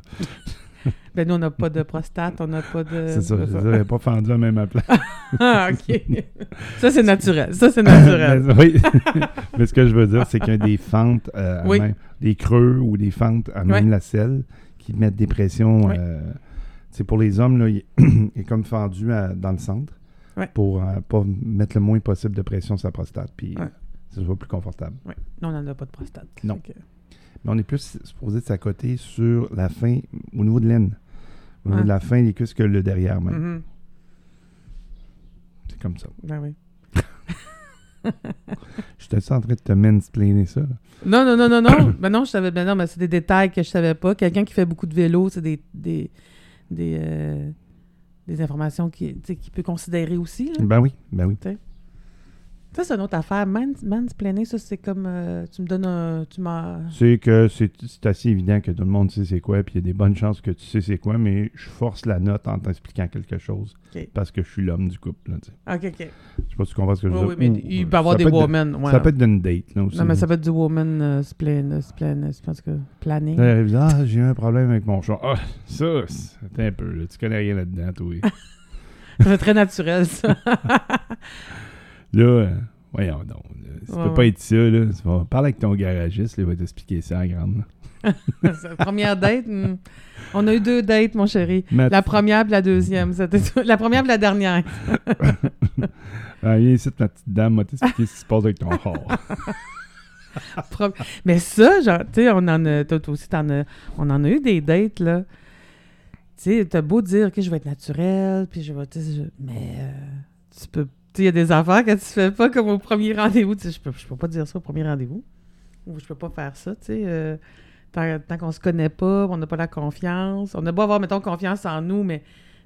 Euh, Ben nous, on n'a pas de prostate, on n'a pas de... c'est ça, je les avais pas fendu à même appelant. Ah, [LAUGHS] OK. ça, c'est naturel. Ça, c'est [LAUGHS] naturel. Mais- oui. [LAUGHS] Mais ce que je veux dire, c'est qu'il y a des fentes, euh, à Oui. même- des creux ou des fentes à même Ouais. la selle qui mettent des pressions Ouais. euh, Tu sais, pour les hommes, là, il il est [CLEARS THROAT] comme fendu à- dans le centre Ouais. pour euh, pas mettre le moins possible de pression sur sa prostate, puis Ouais. euh, ça soit plus confortable. Oui. Non, on n'en a pas de prostate. Non. Fait que- Mais on est plus supposé de s'accoter sur la fin, au niveau de l'aine. Au niveau Ouais. de la fin des cuisses que le derrière, même. Mhm. C'est comme ça. Ben oui. J'étais en train de te mansplainer ça. là? Non, non, non, non, [COUGHS] non. ben non, je savais. Ben non, mais c'est des détails que je savais pas. Quelqu'un qui fait beaucoup de vélo, c'est des. des, des, euh, des informations qui- tu sais, qu'il peut considérer aussi. Là. Ben oui, ben oui. Ça, c'est une autre affaire. Man, mansplainer, ça, c'est comme. euh, tu me donnes un. Tu m'as. C'est que c'est c'est assez évident que tout le monde sait c'est quoi, puis il y a des bonnes chances que tu sais c'est quoi, mais je force la note en t'expliquant quelque chose Ok. parce que je suis l'homme du couple. Là, tu sais. Ok, ok. je sais pas si tu comprends ce que je Oui, veux oui, dire. mais Ou- il ou- peut y avoir ça des peut être de- women. ouais, ça non. peut être d'une date, là, aussi. Non, mais ça peut être du woman euh, splain, euh, splain, euh, je pense que planning. Euh, elle dit, Ah, j'ai eu un problème avec mon chat. Ah, ça, c'est un peu, là, tu connais rien là-dedans, toi. [LAUGHS] [LAUGHS] C'est très [LAUGHS] naturel, ça. là, euh, voyons donc. là, ça Ouais, peut pas ouais. être ça, là. Tu vas parler avec ton garagiste, là, il va t'expliquer ça en grande. là. C'est la première date. hmm. On a eu deux dates, mon chéri. Mais La première puis la deuxième. C'était tout- la première puis la dernière. [LAUGHS] Ah, viens ici, ma petite dame, m'a t'expliquer ce qui se passe avec ton corps. [LAUGHS] Pro- Mais ça, genre, tu sais, on en a, toi toi aussi, t'en as- on en a eu des dates, là. Tu sais, t'as beau dire, OK, je vais être naturel, puis je vais, tu sais, je- mais euh, tu peux, tu sais, il y a des affaires que tu fais pas comme au premier rendez-vous, tu sais, je peux, je peux pas dire ça au premier rendez-vous, ou je peux pas faire ça, tu sais, euh, tant, tant qu'on se connaît pas, on n'a pas la confiance, on a beau avoir, mettons, confiance en nous, mais,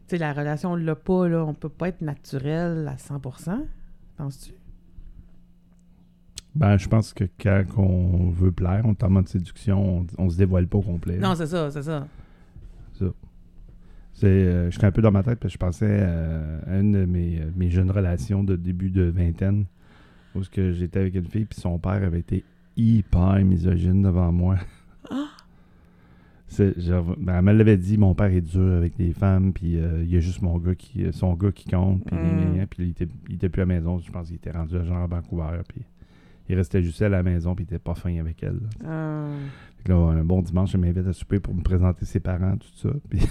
tu sais, la relation, on l'a pas, là, on peut pas être naturel à 100%, penses-tu? Ben, je pense que quand on veut plaire, on est en mode séduction, on, on se dévoile pas au complet. Non, c'est ça, c'est ça. C'est, euh, j'étais un peu dans ma tête parce que je pensais euh, à une de mes, euh, mes jeunes relations de début de vingtaine où ce que j'étais avec une fille puis son père avait été hyper misogyne devant moi. C'est, genre, ben, elle me l'avait dit, mon père est dur avec les femmes, puis euh, il y a juste mon gars qui, euh, son gars qui compte, puis, Mm. hein, puis il, était, il était plus à la maison, je pense qu'il était rendu à genre à Vancouver, puis il restait juste à la maison, puis il était pas fin avec elle. là. Euh, Fait que là, un bon dimanche, elle m'invite à souper pour me présenter ses parents, tout ça. [LAUGHS] Puis...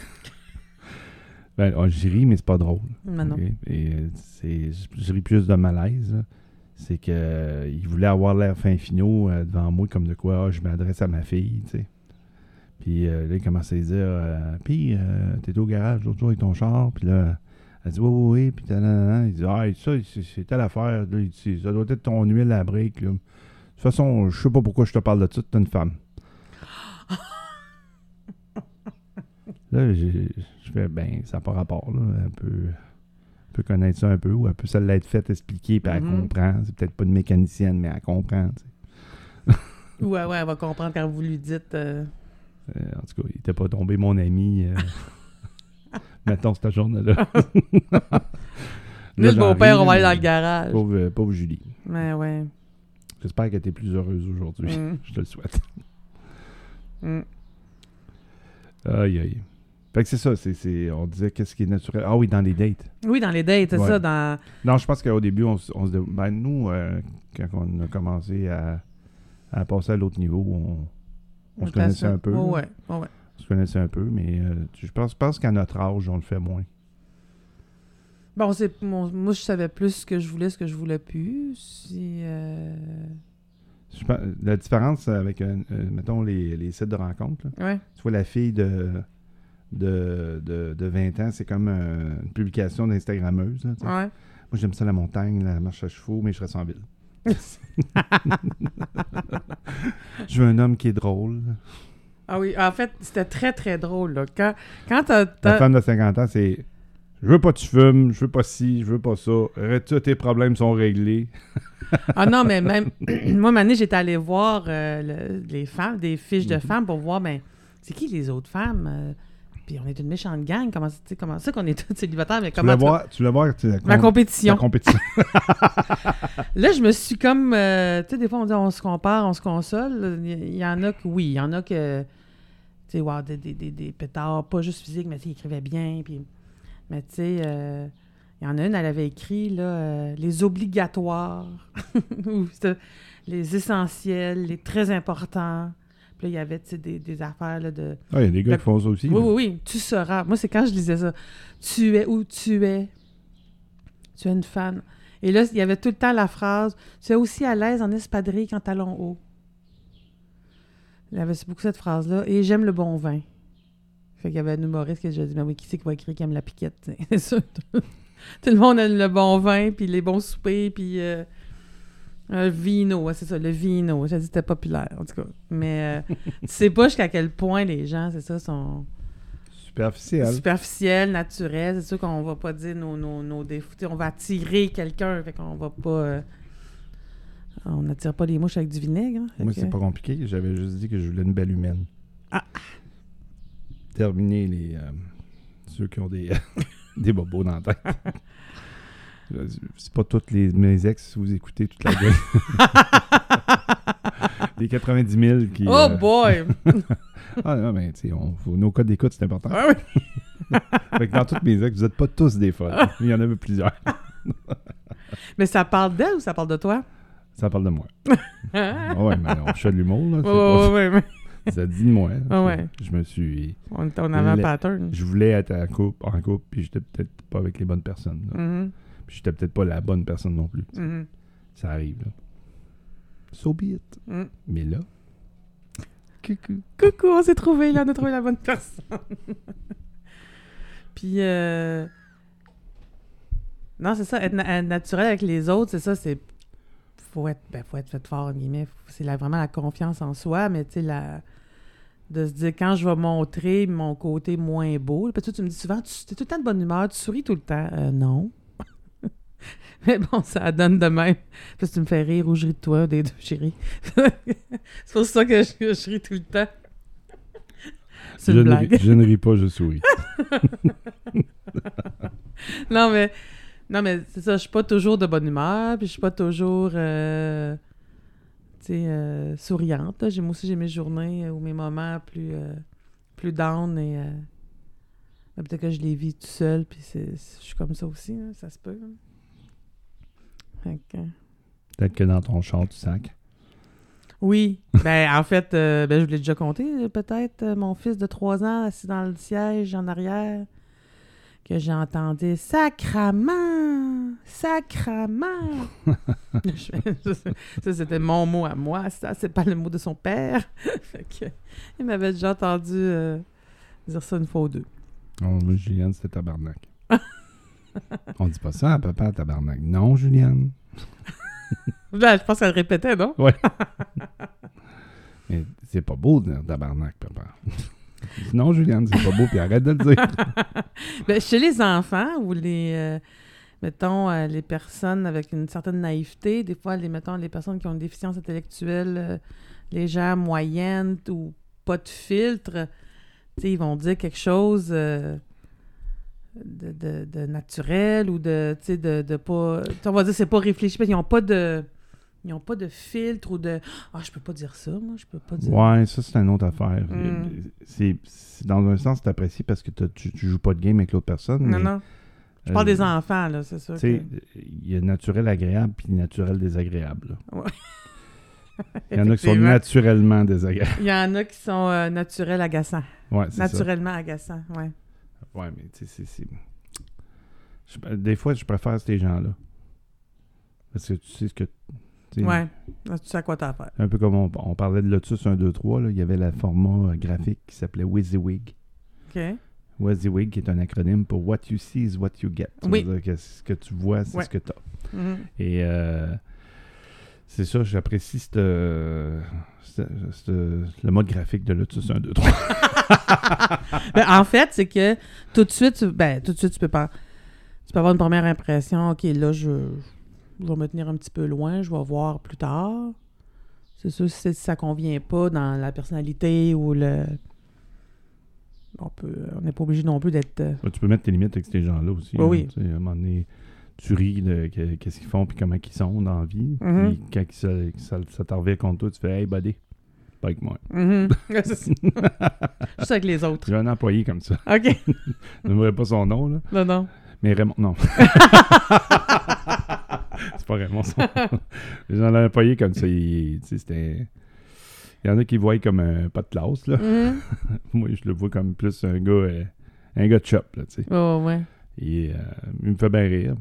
ben, ah, j'y ris, mais c'est pas drôle. mais Ben non. ok? Et euh, c'est, je ris plus de malaise. là. C'est que euh, il voulait avoir l'air fin finot euh, devant moi, comme de quoi ah, je m'adresse à ma fille, tu sais. Puis euh, là, il commence à lui dire euh, Puis, euh, t'étais au garage l'autre jour avec ton char, puis là. Elle dit oui, oui, oui, puis nanana. Il dit Ah, ça, c'est, c'est telle affaire. là. Il dit, ça doit être ton huile à la brique. là. De toute façon, je sais pas pourquoi je te parle de ça, t'es une femme. Là, j'ai- je fais, ben, ça n'a pas rapport, là. Elle peut, elle peut connaître ça un peu, ou elle peut se l'être faite expliquer, puis elle Mhm. comprend. C'est peut-être pas une mécanicienne, mais elle comprend, tu sais. Ouais, ouais, elle va comprendre quand vous lui dites. euh, Euh, en tout cas, il n'était pas tombé mon ami. euh, [LAUGHS] mettons, cette journée-là. Là, Nous, le j'en beau-père, ris, on va aller mais- dans le garage. Pauvre, euh, pauvre Julie. Mais ouais. J'espère que tu es plus heureuse aujourd'hui. Mm, Je te le souhaite. mm. Aïe, aïe. Fait que c'est ça, c'est, c'est- on disait qu'est-ce qui est naturel. Ah oui, dans les dates. Oui, dans les dates, c'est Ouais. ça. Dans... Non, je pense qu'au début, on, s- on se. dé- Ben, nous, euh, quand on a commencé à, à passer à l'autre niveau, on, on se connaissait un peu. Ouais, ouais, ouais, ouais. on se connaissait un peu, mais euh, tu- je pense, je pense qu'à notre âge, on le fait moins. Bon, c'est... mon- moi, je savais plus ce que je voulais, ce que je voulais plus. Si, euh, Je pense- la différence avec, euh, euh, mettons, les, les sites de rencontres, là. Ouais. tu vois, la fille de, de, de, de 20 ans, c'est comme euh, une publication d'Instagrammeuse. là, tu sais. Ouais. Moi, j'aime ça la montagne, la marche à chevaux, mais je reste en ville. Je veux un homme qui est drôle. [LAUGHS] ah oui, en fait, c'était très, très drôle. Là. Quand, quand t'as. La t'as- femme de 50 ans, c'est je veux pas que tu fumes, je veux pas ci, je veux pas ça. Arrête, Tous tes problèmes sont réglés. Ah non, mais même. [CLEARS THROAT] moi, Mané, j'étais allée voir euh, le- les femmes, des fiches de Mhm. femmes pour voir, ben, c'est qui les autres femmes? euh, Puis on est une méchante gang. Comment, tu sais, comment ça qu'on est [LAUGHS] tous célibataires? Mais Tu voulais comment voir, tu voulais voir tu- la, La com- compétition. la compétition. [LAUGHS] Là, je me suis comme. euh, tu sais, des fois, on dit on se compare, on se console. Il y, y en a que oui, il y en a que. Tu sais, wow, des, des, des, des pétards, pas juste physique, mais tu sais, ils écrivaient bien. Puis, mais tu sais, euh, il y en a une, elle avait écrit là, euh, les [LAUGHS] obligatoires, ou c'était les essentiels, les très importants. Puis là, il y avait, tu sais, des, des affaires là, de... Ah, il y a des gars Le- qui font ça aussi. Oui, là. oui, oui. Tu seras. Moi, c'est quand je lisais ça. Tu es où tu es. Tu es une fan. Et là, il y avait tout le temps la phrase Tu es aussi à l'aise en espadrille qu'en talons hauts. Il y avait beaucoup cette phrase-là. Et j'aime le bon vin. Fait qu'il y avait un humoriste qui a dit Mais oui, qui c'est qui va écrire qui aime la piquette [LAUGHS] tu sais? C'est sûr. Tout tout le monde aime le bon vin, puis les bons soupers, puis. euh, un vino, ouais, c'est ça, le vino. J'ai dit c'était populaire, en tout cas. Mais euh, tu sais pas jusqu'à quel point les gens, c'est ça, sont Superficiel. superficiel, naturel. C'est sûr qu'on va pas dire nos, nos, nos défauts. T'sais, on va attirer quelqu'un, fait qu'on va pas... euh, on n'attire pas les mouches avec du vinaigre. hein. Fait Moi, que- c'est pas compliqué. J'avais juste dit que je voulais une belle humaine. Ah. Terminer les. euh, ceux qui ont des, [LAUGHS] des bobos dans la [LAUGHS] tête. Je dis, c'est pas toutes les, mes ex, si vous écoutez toute la [LAUGHS] gueule. les 90 000 qui. Oh euh, boy! Ah non, mais tu sais, on- faut- nos codes d'écoute, c'est important. Ah oui. [LAUGHS] Fait que dans toutes mes ex, vous êtes pas tous des folles. Il y en avait plusieurs. Mais ça parle d'elle ou ça parle [LAUGHS] de toi? Ça parle de moi. Ah Ah ouais, mais on fait de l'humour, là. c'est ouais, ouais, ouais, ouais. pas- Ça dit de moi. hein. Ah ouais. Je me suis. On, est- on avait un Le- pattern. je voulais être en couple, en couple puis j'étais peut-être pas avec les bonnes personnes. là. Mhm, Puis j'étais peut-être pas la bonne personne non plus. mhm, Ça arrive, là. So be it. mhm. Mais là... Coucou. Coucou, on s'est trouvé, là, on a trouvé la bonne [LAUGHS] personne. Puis, euh, non, c'est ça, être, na- être naturel avec les autres, c'est ça, c'est. Faut être, ben, faut être fait fort, entre guillemets. Faut- C'est la- vraiment la confiance en soi, mais tu sais, la- de se dire quand je vais montrer mon côté moins beau. Parce que toi, tu me dis souvent, tu es tout le temps de bonne humeur, tu souris tout le temps. Euh, non. [LAUGHS] mais bon, ça donne de même. Parce que tu me fais rire ou je ris de toi, des deux, chérie. [LAUGHS] c'est pour ça que je, je ris tout le temps. c'est je, une ne blague. ris, je ne ris pas, je souris. [LAUGHS] non, mais, non, mais c'est ça, je suis pas toujours de bonne humeur, puis je suis pas toujours, euh, tu sais, euh, souriante. là. J'ai- Moi aussi, j'ai mes journées euh, ou mes moments plus, euh, plus down et... euh, mais Peut-être que je les vis tout seul, puis c'est- je suis comme ça aussi, hein, ça se peut. hein. Fait que, euh, peut-être que dans ton chant, tu sac. oui. [LAUGHS] Ben, en fait, euh, ben, je vous l'ai déjà compté, euh, peut-être, euh, mon fils de 3 ans assis dans le siège en arrière, que j'entendais Sacrament! Sacrament! Je fais- ça, c'était mon mot à moi, ça, c'est pas le mot de son père. [LAUGHS] Fait que, il m'avait déjà entendu euh, dire ça une fois ou deux. Oh, moi, Juliane, c'était [LAUGHS] tabarnak. On dit pas ça à papa, tabarnak. Non, Juliane. Ben, je pense qu'elle le répétait, non? Mais c'est pas beau de dire tabarnak, papa. [LAUGHS] Je dis, non, Juliane, c'est pas beau, puis arrête de [LAUGHS] le dire. Ben, chez les enfants ou les, euh, mettons, euh, les personnes avec une certaine naïveté, des fois, les, mettons, les personnes qui ont une déficience intellectuelle euh, légère, moyenne ou pas de filtre, tu sais, ils vont dire quelque chose euh, de, de- de naturel ou de, tu sais, de, de pas... tu sais, On va dire c'est pas réfléchi, parce qu'ils n'ont pas de... Ils n'ont pas de filtre ou de « Ah, je peux pas dire ça, moi, je peux pas dire... Ouais, ça, c'est une autre affaire. Mm. C'est, c'est- dans un sens, t'apprécies parce que t'as- tu, tu joues pas de game avec l'autre personne. Non, mais, non. Je parle euh, des enfants, là, c'est sûr. Tu que- sais, il y a naturel agréable puis naturel désagréable. là. Ouais. Il y en a qui sont Effectivement. naturellement désagréables. [LAUGHS] Il y en a qui sont euh, naturels agaçants. Ouais, c'est Naturellement agaçants, ouais. ça. Ouais, mais tu sais, c'est- c'est- je- des fois, je préfère ces gens-là. Parce que tu sais ce que. tu sais, Ouais. Là, tu sais à quoi t'as affaire. Un peu comme on, on parlait de Lotus 1, 2, 3, là, il y avait le format euh, graphique qui s'appelait WYSIWYG. OK. WYSIWYG qui est un acronyme pour What You See is What You Get. Ça veut Oui. dire que ce que tu vois, c'est Ouais. ce que tu as. Mhm. Et euh, c'est ça, j'apprécie cette, euh, cette- cette- le mode graphique de Lotus 1, 2, 3. [LAUGHS] Ben, en fait, c'est que tout de suite, tu- ben, tout de suite, tu peux pas. Tu peux avoir une première impression, OK, là, je, je vais me tenir un petit peu loin, je vais voir plus tard. C'est sûr, si ça convient pas dans la personnalité ou le. On peut. On n'est pas obligé non plus d'être. euh, tu peux mettre tes limites avec ces gens-là aussi. hein, Oui, oui. Tu sais, à un moment donné, tu ris de que- qu'est-ce qu'ils font puis comment ils sont dans la vie. Mhm. Puis quand ils se- ça, ça t'en revient contre toi, tu fais « Hey, buddy, pas avec [LAUGHS] moi. mhm. C'est ça. Juste avec les » autres. J'ai un employé comme ça. OK. Je n'aimerais pas son nom, là. Non, non. Mais Raymond, non. c'est pas Raymond. Son... J'en ai un employé comme ça. Il, tu sais, c'était, Il y en a qui voient comme un pas de classe, là. Mhm. Moi, je le vois comme plus un gars, euh, un gars de shop, là, tu sais. Oh, ouais. Et, euh, il me fait bien rire.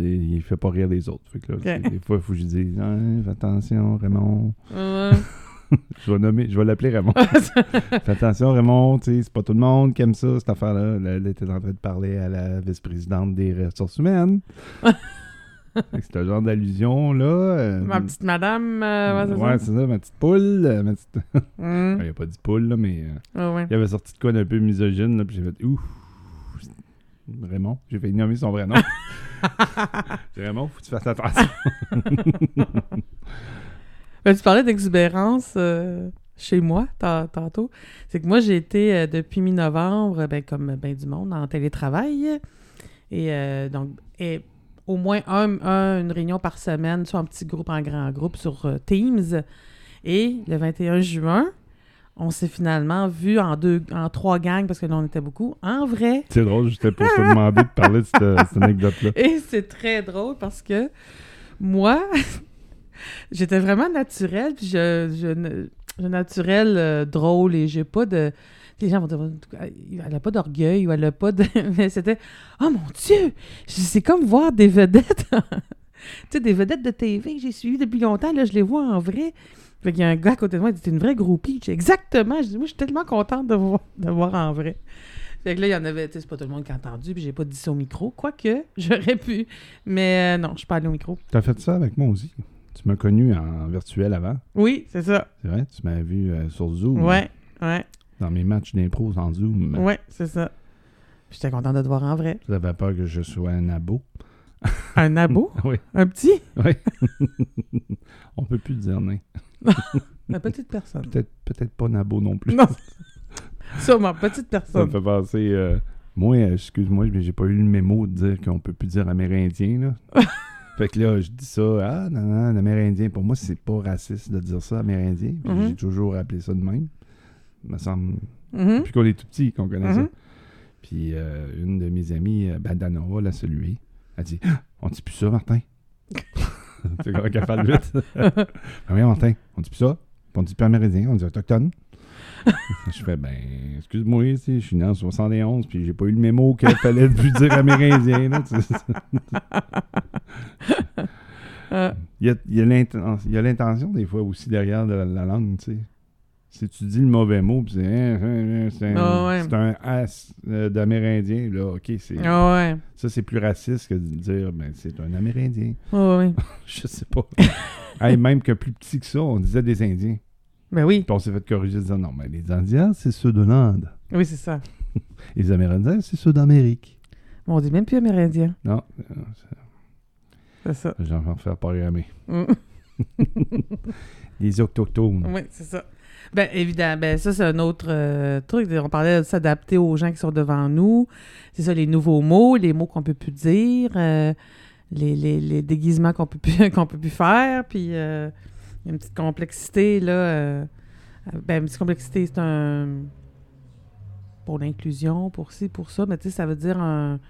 Et il fait pas rire les autres. Fait que là, Ok. Des fois, il faut que je dise Hein, Fais attention, Raymond. Ouais. Je vais nommer, je vais l'appeler [LAUGHS] Raymond. Fais attention, Raymond, tu sais, c'est pas tout le monde qui aime ça, cette affaire-là. Là, elle était en train de parler à la vice-présidente des ressources [LAUGHS] humaines. Fait que c'est le genre d'allusion, là. euh, Ma petite madame, euh, ouais, c'est ouais, ça. c'est ça, ma petite poule. euh, Ma petite... Mhm. Ouais, il a pas dit poule, là, mais euh, Ouais, ouais. il avait sorti de quoi d'un peu misogyne, là, puis j'ai fait ouf. Raymond, j'ai fait nommer son vrai [LAUGHS] nom. C'est Raymond, faut que tu fasses attention. Ben, tu parlais d'exubérance euh, chez moi tan- tantôt. C'est que moi, j'ai été euh, depuis mi-novembre, ben, comme ben du monde, en télétravail. Et euh, donc, et au moins un- un- une réunion par semaine, soit en petit groupe, en grand groupe, sur euh, Teams. Et le 21 juin, on s'est finalement vu en deux, en trois gangs, parce que là, on était beaucoup, en vrai. C'est drôle, j'étais pour te demander de parler de cette, cette anecdote-là. Et c'est très drôle parce que moi, [LAUGHS] j'étais vraiment naturelle, puis je, je, ne- je suis naturelle euh, drôle et j'ai pas de. Les gens vont dire, elle a pas d'orgueil ou elle a pas de. [LAUGHS] Mais c'était, oh mon Dieu, c'est comme voir des vedettes, [LAUGHS] tu sais, des vedettes de TV que j'ai suivies depuis longtemps, là, je les vois en vrai. Fait qu'il y a un gars à côté de moi, il dit, t'es une vraie groupie. Je dis, exactement. Je dis, moi, je suis tellement contente de voir, de voir en vrai. Fait que là, il y en avait, tu sais, c'est pas tout le monde qui a entendu, puis j'ai pas dit ça au micro, quoique [LAUGHS] j'aurais pu. Mais euh, non, je suis pas allée au micro. T'as fait ça avec moi aussi. Tu m'as connu en virtuel avant. Oui, c'est ça. C'est vrai, tu m'as vu euh, sur Zoom. Ouais, ouais, Dans mes matchs d'impro en Zoom. ouais, c'est ça. Puis J'étais contente de te voir en vrai. Tu avais peur que je sois un [LAUGHS] abo. [LAUGHS] Un abo? Oui. Un petit? Oui. [LAUGHS] On peut plus dire nain. Une petite personne. Peut-être peut-être pas nabo non plus. [LAUGHS] Non. Sûrement, petite Ça me personne. fait penser. euh, moi, euh, excuse-moi, mais j'ai pas eu le mémo de dire qu'on peut plus dire amérindien, [LAUGHS] là. fait que là, je dis ça, ah non, non, un amérindien, pour moi, c'est pas raciste de dire ça, amérindien. Puis Mhm. J'ai toujours appelé ça de même. Me semble. Mhm. Depuis qu'on est tout petit, qu'on connaît Mhm. ça. Puis euh, une de mes amies, euh, ben, Danora, l'a salué. Elle dit Ah, On dit plus ça, Martin. [LAUGHS] C'est comme qu'elle parle [LAUGHS] vite. ben oui, Martin, on dit plus ça. Puis On dit plus amérindien, on dit [LAUGHS] autochtone. je fais Ben, excuse-moi, tu sais, je suis né en 71, puis j'ai pas eu le mémo qu'il fallait plus dire amérindien. là, [LAUGHS] tu sais. Euh, Il y a, il y a l'inten- il y a l'intention, des fois, aussi derrière de la, la langue, tu sais. Si tu dis le mauvais mot, puis c'est hein, hein, hein, c'est un, Ah ouais. c'est un as euh, d'amérindien, là, ok, c'est. ah ouais. Ça, c'est plus raciste que de dire, ben, c'est un [LAUGHS] Amérindien. Ah ouais. Je sais pas. [LAUGHS] Hey, même que plus petit que ça, on disait des Indiens. Ben oui. Puis on s'est fait corriger en disant, non, mais les Indiens, c'est ceux de l'Inde. Oui, c'est ça. Et les Amérindiens, c'est ceux d'Amérique. Bon, on dit même plus amérindien. Non, euh, C'est ça. j'ai envie de faire programmer. Mm. Les autochtones. Oui, c'est ça. Ben évidemment, ben ça c'est un autre euh, truc. On parlait de s'adapter aux gens qui sont devant nous. C'est ça, les nouveaux mots, les mots qu'on peut plus dire, euh, les, les- les déguisements qu'on peut plus [LAUGHS] qu'on peut plus faire. Puis euh, il y a une petite complexité là. euh, ben une petite complexité, c'est un pour l'inclusion, pour ci, pour ça. Mais tu sais, ça veut dire un.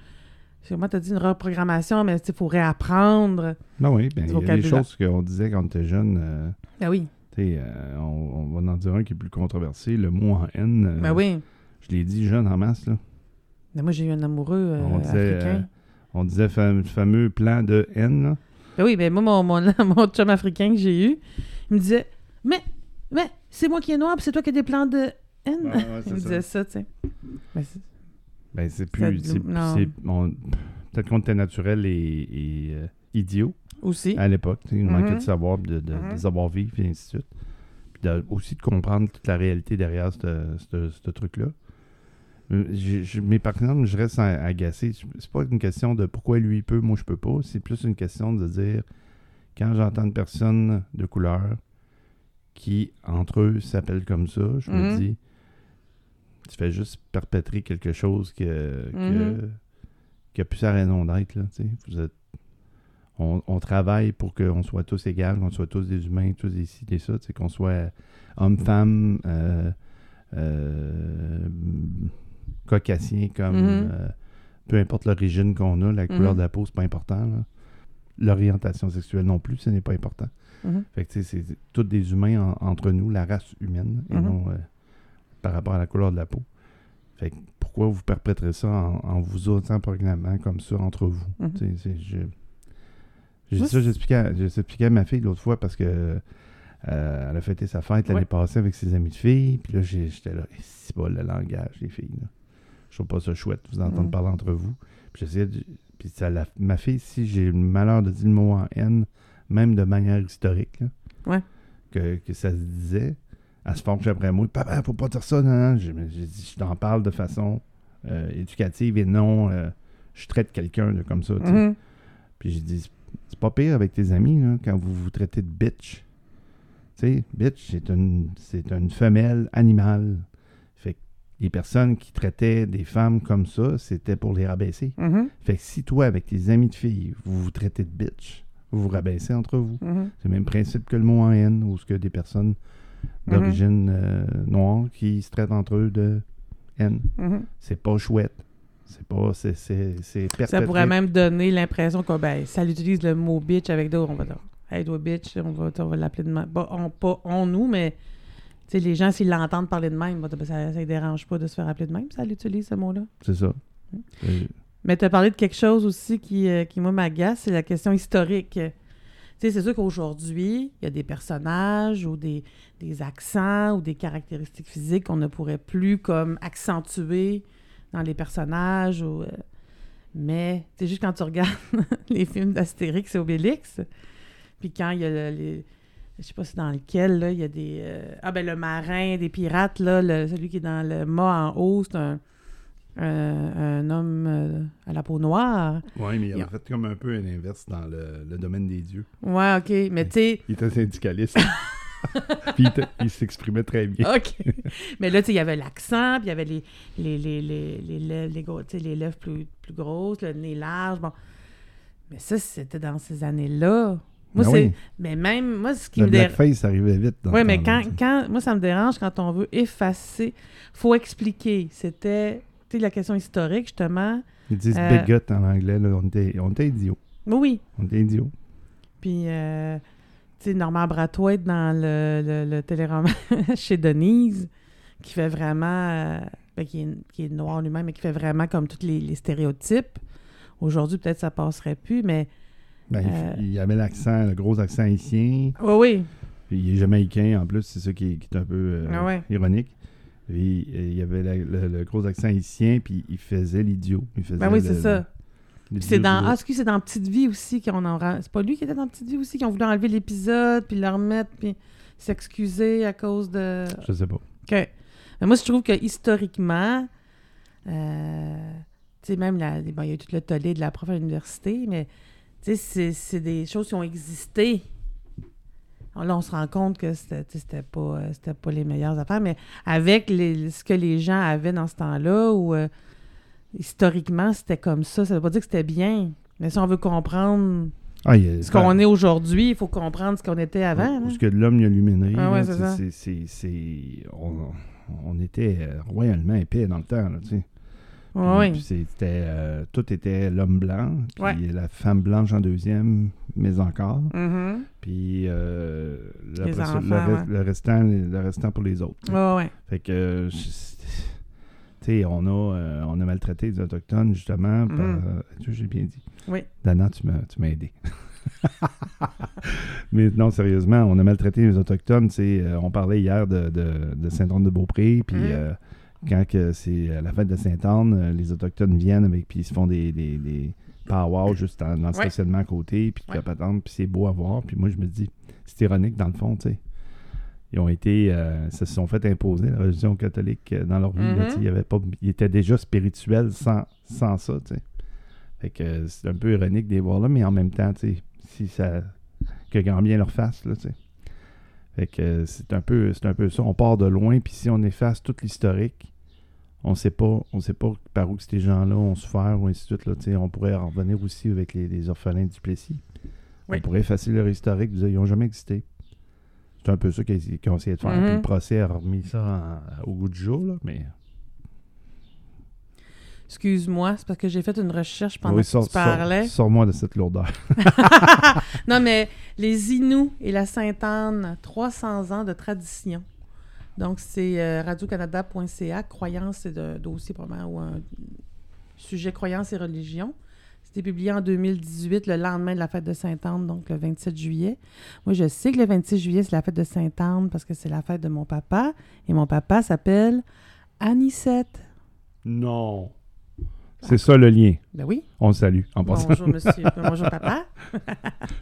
je sais, Moi, t'as dit une reprogrammation, mais tu sais, faut réapprendre. Non, oui, ben, il y a Du des vocabulaire. choses qu'on disait quand on était jeune. euh, Ben oui, tu sais, euh, on, on va en dire un qui est plus controversé, le mot en N. euh, ben oui. Je l'ai dit jeune en masse, là. Mais moi, j'ai eu un amoureux euh, on disait, africain. euh, on disait fam- fameux plan de N, là. Ben oui, ben moi, mon, [LAUGHS] mon, mon chum africain que j'ai eu, il me disait Mais, mais, c'est moi qui est noir, puis c'est toi qui as des plans de haine. Ouais, ouais, [LAUGHS] il c'est me ça. disait ça, tu sais. Ben, c'est- Ben, c'est Ça plus. dit- c'est- non. c'est- on- Peut-être qu'on était naturel et, et, euh, idiot Aussi. à l'époque. tu sais, Il Mhm. manquait de savoir, de, de, Mhm. de savoir vivre, et ainsi de suite. Puis de- aussi de comprendre toute la réalité derrière ce- ce ce truc-là. Euh, j'ai- j'ai- Mais par exemple, je reste a- agacé. Je- C'est pas une question de pourquoi lui il peut, moi je peux pas. C'est plus une question de dire quand j'entends une personne de couleur qui, entre eux, s'appelle comme ça, je me Mhm. dis tu fais juste perpétrer quelque chose que, que- Mhm. qui a plus sa raison d'être. là, tu sais. Vous êtes- On, on travaille pour qu'on soit tous égales, qu'on soit tous des humains, tous des ci, des ça, tu sais, qu'on soit homme, femme, euh, euh, caucasien, comme Mhm. euh, peu importe l'origine qu'on a, la couleur Mhm. de la peau, c'est pas important. là. l'orientation sexuelle non plus, ce n'est pas important. Mhm. Fait que, tu sais, c'est tous des humains en- entre nous, la race humaine, et Mhm. non euh, par rapport à la couleur de la peau. Fait que pourquoi vous perpétrez ça en, en vous autant programmant comme ça entre vous? Mhm. Tu sais, c'est- je- j'ai Moi, dit ça, c'est- j'expliquais à, je l'expliquais à ma fille l'autre fois parce que euh, elle a fêté sa fête l'année Ouais. passée avec ses amis de filles. Puis là, j'ai- j'étais là, Eh, c'est pas le langage, les filles. là. Je trouve pas ça chouette, de vous entendre Mhm. parler entre vous. Puis j'essayais de- Puis ça l'a- ma fille, si j'ai le malheur de dire le mot en haine, même de manière historique, là, Ouais. que, que ça se disait, elle se forge après moi. Papa, faut pas dire ça, non, non. J'ai j'ai dit, je t'en parle de façon euh, éducative et non, euh, je traite quelqu'un de comme ça. tu sais. Mhm. Puis j'ai dit, c'est pas pire avec tes amis, là, quand vous vous traitez de bitch. Tu sais, bitch, c'est une, c'est une femelle animale. Fait que les personnes qui traitaient des femmes comme ça, c'était pour les rabaisser. Mhm. Fait que si toi, avec tes amis de filles, vous vous traitez de bitch, vous vous rabaissez entre vous. Mhm. C'est le même principe que le mot en haine, ou ce que des personnes d'origine Mhm. euh, noire qui se traitent entre eux de haine. Mhm. C'est pas chouette. C'est pas. C'est, c'est, c'est Ça pourrait perpétré. même donner l'impression que ben, ça l'utilise le mot bitch avec d'autres. On va dire, hey, toi, bitch, on va, on va l'appeler de même. Pas on, pas on, nous, mais tu sais, les gens, s'ils l'entendent parler de même, ben, ça ne dérange pas de se faire appeler de même. Ça l'utilise, ce mot-là. C'est ça. Euh, Mais tu as parlé de quelque chose aussi qui, euh, qui moi, m'agace, c'est la question historique. Tu sais, c'est sûr qu'aujourd'hui, il y a des personnages ou des, des accents ou des caractéristiques physiques qu'on ne pourrait plus comme accentuer dans les personnages. Ou, euh, mais, tu sais, juste quand tu regardes [LAUGHS] les films d'Astérix et Obélix, puis quand il y a le- les... Je sais pas si dans lequel, là, il y a des... euh, ah, ben, le marin des pirates, là, le- celui qui est dans le mât en haut, c'est un, euh, un homme euh, à la peau noire. Oui, mais il Il- a fait comme un peu un inverse dans le, le domaine des dieux. Ouais, OK, mais tu sais... Il était [LAUGHS] syndicaliste. Puis il, était- il s'exprimait très bien. OK. [LAUGHS] Mais là, tu sais, il y avait l'accent, puis il y avait les, les, les, les, les lèvres, les, gros- tu sais, les lèvres plus, plus grosses, le nez large, bon. Mais ça, c'était dans ces années-là. Ben Moi, c'est... oui. Mais même, moi, ce qui Le me dérange... blackface arrivait vite. dans Oui, ce mais temps-là, quand, tu sais. quand- Moi, ça me dérange quand on veut effacer. faut expliquer. C'était. Tu sais, la question historique, justement. Ils disent euh, bigot en anglais, là, on, était, on était idiots. Oui, oui. On était idiots. Puis, euh, tu sais, Normand Brathwaite dans le, le, le téléroman [LAUGHS] chez Denise, qui fait vraiment. euh, ben, qui, est, qui est noir lui-même, mais qui fait vraiment comme tous les, les stéréotypes. Aujourd'hui, peut-être ça passerait plus, mais. Ben, il- Euh. Il avait l'accent, le gros accent haïtien. Oui, oui. Puis il est jamaïcain en plus, c'est ça qui, est- qui est un peu euh, Ah ouais. ironique. Puis, euh, il y avait la- le, le gros accent haïtien, puis il faisait l'idiot. Il faisait Ben oui, le- c'est ça. le- Puis c'est l'idiot dans. du- Ah, excuse, c'est dans Petite Vie aussi qu'on en. rend- C'est pas lui qui était dans Petite Vie aussi, qu'on voulait enlever l'épisode, puis le remettre, puis s'excuser à cause de. Je sais pas. OK. Mais moi, je trouve que historiquement, euh, tu sais, même, la, bon, il y a eu tout le tollé de la prof à l'université, mais tu sais, c'est- c'est des choses qui ont existé. Alors Là, on se rend compte que c'était tu sais, c'était pas, euh, c'était pas les meilleures affaires, mais avec les- ce que les gens avaient dans ce temps-là, où euh, historiquement, c'était comme ça, ça veut pas dire que c'était bien. Mais si on veut comprendre Ah, il y a- ce qu'on est aujourd'hui, il faut comprendre ce qu'on était avant. hein. Ou- ou là. ce que de l'homme, il y a l'huminerie. Ah là, ouais, tu c'est sais, ça. c'est- c'est- c'est- on, on était euh, royalement épais dans le temps. Là, tu sais. Ah Ouais, Puis ouais. c'était, euh, tout était l'homme blanc, puis Ouais. la femme blanche en deuxième, mais encore. Mhm. Puis euh, Les après ça, le, enfants, re- ouais. le restant, le restant pour les autres. Ouais, ouais. Fait que, Mm. euh, je- tu sais, on a, euh, on a maltraité les Autochtones, justement. par- Mhm. euh, tu vois, j'ai bien dit. Oui. Dana, tu m'as, tu m'as aidé. [LAUGHS] Mais non, sérieusement, on a maltraité les Autochtones. tu sais, euh, on parlait hier de, de, de Sainte-Anne de Beaupré, puis Mhm. euh, quand que c'est euh, la fête de Sainte-Anne, euh, les Autochtones viennent avec, puis ils se font des, des, des powwows juste dans, dans le Ouais. stationnement à côté, puis toute la patente, puis c'est beau à voir. Puis moi, je me dis, c'est ironique dans le fond, tu sais. Ils ont été, euh, se sont fait imposer la religion catholique euh, dans leur vie. là, Mhm. tu sais, il y avait pas, ils étaient déjà spirituels sans, sans ça, tu sais. Fait que euh, c'est un peu ironique de les voir là, mais en même temps, tu sais, si ça, que grand bien leur fasse, là, tu sais. Fait que euh, c'est un peu, c'est un peu ça. On part de loin, puis si on efface tout l'historique, on sait pas, on sait pas par où que ces gens-là ont souffert ou ainsi de suite. Là, tu sais. on pourrait en revenir aussi avec les, les orphelins du Plessis. Oui. On pourrait effacer leur historique, dire, ils n'ont jamais existé. C'est un peu ça qu'ils- qu'on essayait de faire. Mhm. Puis le procès a remis ça en- au goût du jour, là, mais Excuse-moi, c'est parce que j'ai fait une recherche pendant Oui, que sors- tu [LAUGHS] parlais. [LAUGHS] sors- Sors-moi de cette lourdeur. non, mais les Inuits et la Sainte-Anne, 300 ans de tradition. Donc, c'est euh, radiocanada.ca, croyance, c'est un dossier probablement, ou un sujet croyance et religion. C'était publié en 2018, le lendemain de la fête de Sainte-Anne, donc le 27 juillet. Moi, je sais que le 26 juillet, c'est la fête de Sainte-Anne parce que c'est la fête de mon papa. Et mon papa s'appelle Anicette. Non. C'est ça le lien. Ben oui. On le salue. En passant, [LAUGHS] Bonjour, monsieur. Bonjour, papa.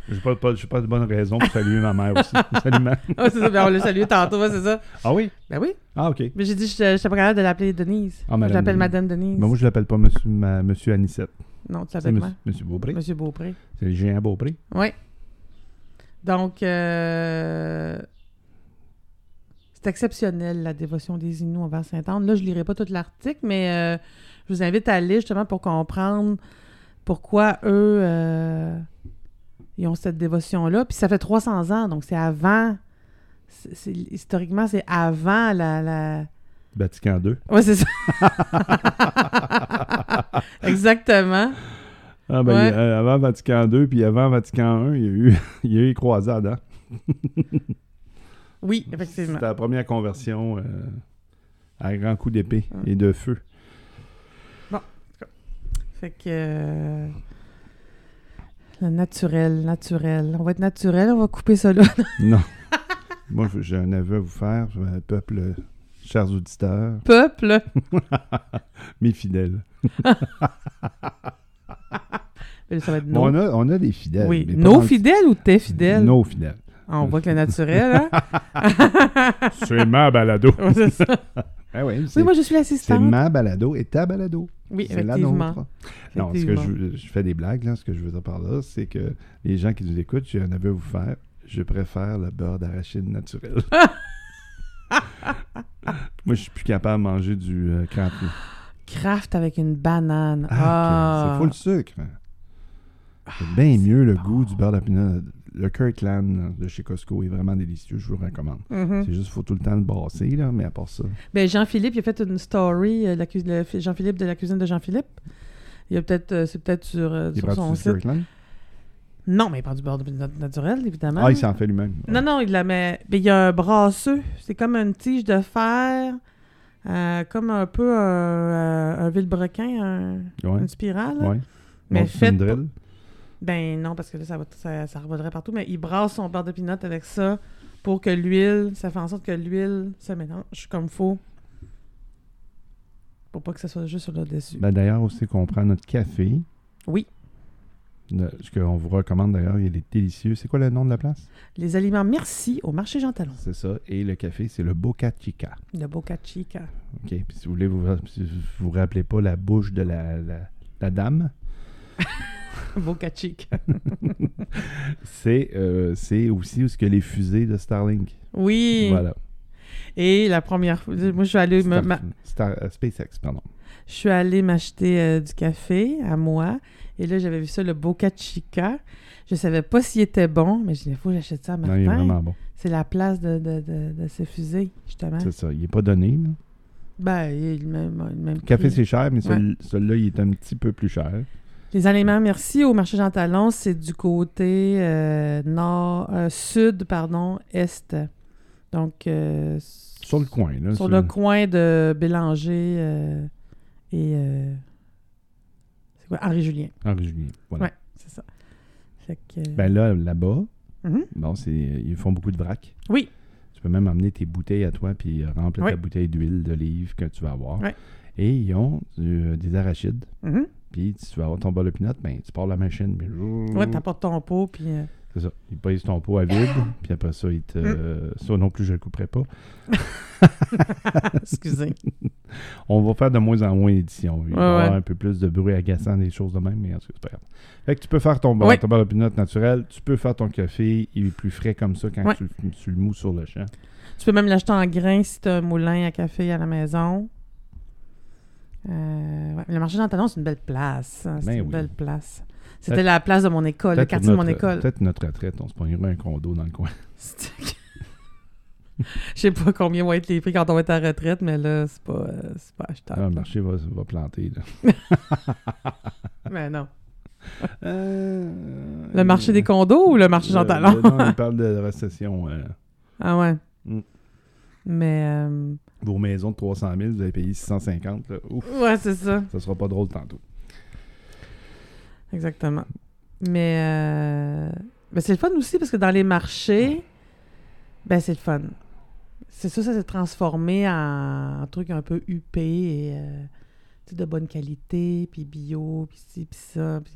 je n'ai pas, pas- j'ai pas de bonne raison pour saluer ma mère [LAUGHS] aussi. Salut, ma- [LAUGHS] Ah, c'est ça. Ben, on le salue tantôt, c'est ça. Ah oui? Ben oui. Ah, OK. Mais j'ai dit, je n'étais pas capable de l'appeler Denise. Ah, madame je l'appelle Denise. Madame Denise. Ben, moi, je l'appelle pas monsieur, ma- monsieur Anissette. non, tu C'est l'appelles monsieur, moi. monsieur Beaupré. Ah, ben, Monsieur Beaupré. C'est le géant Beaupré. Oui. Donc, euh, c'est exceptionnel, la dévotion des Inuits envers Sainte-Anne. Là, je ne lirai pas tout l'article, mais euh, je vous invite à aller justement pour comprendre pourquoi eux, euh, ils ont cette dévotion-là. Puis ça fait 300 ans, donc c'est avant... c'est- c'est- historiquement, c'est avant la- la, Vatican II. Oui, c'est ça. [LAUGHS] Exactement. Ah, ben, Ouais. il y a- avant Vatican II, puis avant Vatican I, il y a eu, [LAUGHS] il y a eu les croisades. Hein? Oui, C'était effectivement. la première conversion euh, à grands coups d'épée Ah. et de feu. Fait que. euh, Le naturel, naturel. On va être naturel, on va couper ça là. Non. [LAUGHS] Moi, je- j'ai un aveu à vous faire, euh, peuple, chers auditeurs, [LAUGHS] Peuple. mes fidèles. Mais Ça va être Bon, nos. on, a, on a des fidèles. oui, euh, mais pas dans nos le- fidèles ou tes fidèles? Nos [LAUGHS] fidèles. Ah, on voit que [LAUGHS] le naturel, hein? C'est ma balado. Ouais, c'est ça. Ah oui, c'est Oui, moi, je suis c'est l'assistante. ma balado et ta balado. Oui, C'est la effectivement. nôtre. Non, ce que Effectivement. je, je fais des blagues, là. Ce que je veux dire par là, c'est que les gens qui nous écoutent, j'ai un aveu à vous faire. Je préfère le beurre d'arachide [LAUGHS] naturel. Moi, je suis plus capable de manger du euh, crampon. Craft avec une banane. Ah, Ah, ok, C'est full sucre. C'est bien mieux le goût du beurre d'arachide. Le Kirkland là, de chez Costco est vraiment délicieux. Je vous le recommande. Mhm. C'est juste qu'il faut tout le temps le brasser, là, mais à part ça. Ben Jean-Philippe, il a fait une story, euh, la cu- le fi- Jean-Philippe de la cuisine de Jean-Philippe. Il a peut-être, euh, c'est peut-être sur, euh, Il sur prend son du site. Kirkland? Non, mais il prend du beurre de- na- naturel, évidemment. Ah, il s'en fait lui-même. Non, non, il la met. Ben, il y a un brasseux. C'est comme une tige de fer, euh, comme un peu un, euh, un vilebrequin, un- Ouais. une spirale. là. Ouais. Mais Bon, c'est fait une pour- drill. Ben non, parce que là, ça, va, ça, ça revaudrait partout. Mais il brasse son beurre de pinot avec ça pour que l'huile, ça fait en sorte que l'huile se mélange comme faut. Pour pas que ça soit juste sur le dessus. Ben, d'ailleurs, aussi qu'on prend notre café. Oui. Le- ce qu'on vous recommande d'ailleurs, il est délicieux. C'est quoi le nom de la place? Les aliments merci au marché Jean Talon. C'est ça. Et le café, c'est le Boca Chica. Le Boca Chica. [LAUGHS] OK. Puis si vous voulez, vous si vous, vous rappelez pas la bouche de la, la- la dame, Boca Chica. c'est, euh, c'est aussi où ce que les fusées de Starlink. Oui. Voilà. Et la première fois, moi je suis allée, me- Star- ma- Star- euh, SpaceX, pardon. je suis allée m'acheter euh, du café à moi. Et là j'avais vu ça, le Boca Chica. Je savais pas s'il était bon, mais je dis, il faut que j'achète ça à Non, il est Martin. vraiment bon. C'est la place de, de, de, de se fuser, justement. C'est ça. Il n'est pas donné. là. Ben, il est le même, le même Le café, prix. c'est cher, mais Ouais. celui- celui-là, il est un petit peu plus cher. Les aliments merci au marché Jean Talon, c'est du côté euh, nord, euh, sud, pardon, est. Donc, euh, Sur le coin. Là, Sur C'est- le coin de Bélanger euh, et. euh, c'est quoi Henri-Julien. Henri-Julien. Voilà. Ouais, c'est ça. Fait que, euh, Ben là, là-bas, mhm. bon, c'est, euh, ils font beaucoup de vrac. Oui. Tu peux même amener tes bouteilles à toi puis euh, remplir Oui. ta bouteille d'huile d'olive que tu vas avoir. Oui. Et ils ont du- euh, des arachides. Mhm. Puis si tu vas avoir ton bol de pinot, ben, tu pars la machine. Puis... Ouais, t'apportes ton pot, puis. euh, [LAUGHS] [LAUGHS] C'est ça. Ils pèsent ton pot à vide. puis après ça, ils te. Mm. euh, Ça non plus, je le couperai pas. excusez. On va faire de moins en moins d'éditions. Il va y Ouais, avoir ouais. un peu plus de bruit agaçant, des choses de même, mais en tout cas, c'est pas grave. Fait que tu peux faire ton bar, Ouais. ton bar de pinot naturel, tu peux faire ton café, il est plus frais comme ça quand Ouais. tu, tu le mous sur le champ. tu peux même l'acheter en grains si t'as un moulin à café à la maison. Euh, ouais, Le marché Jean Talon, c'est une belle place. hein, C'est Ben une oui. belle place. C'était la place de mon école, Ah, le Peut-être quartier de mon notre- école. Peut-être notre retraite, on se prendrait un condo dans le coin. C'est- [LAUGHS] Je sais pas combien vont être les prix quand on va être à la retraite, mais là, c'est pas, euh, c'est pas achetable. Ah, le marché va, va planter. Là. Mais non. Euh, Le marché des condos ou le marché Jean Le- Talon? le- Euh, Non, il parle de la récession. euh, [LAUGHS] Ah ouais. Mm. Mais. euh, vos maisons de 300 000, vous avez payé 650. Là. Ouf, Ouais, c'est ça. ça sera pas drôle tantôt. Exactement. Mais, euh, ben, c'est le fun aussi parce que dans les marchés, ben c'est le fun. C'est ça, ça s'est transformé en, un truc un peu huppé et euh, tu sais, de bonne qualité, puis bio, puis ci, puis ça. puis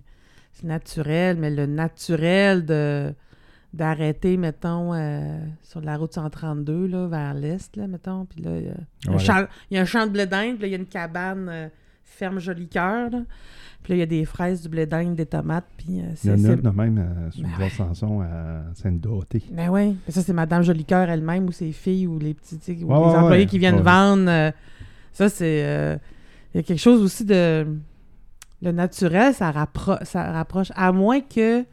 c'est naturel, mais le naturel de d'arrêter, mettons, euh, sur la route 132, là, vers l'est, là, mettons, puis là, il y a- un Ouais. champ- il y a un champ de blé d'Inde, puis là, il y a une cabane euh, ferme joli cœur. là. Puis là, il y a des fraises, du blé d'Inde, des tomates. Puis euh, Il y c'est. en a c'est- de même euh, sur Ben le ouais. Sanson à Sainte-Dorothée. Ben oui. Mais ça, c'est Madame Jolicoeur elle-même ou ses filles ou les petits, tu sais, ou Ouais, les ouais, employés ouais. qui viennent Ouais. vendre. euh, ça, c'est. euh, Il y a quelque chose aussi de. Le naturel, ça, rappro- ça rapproche. À moins que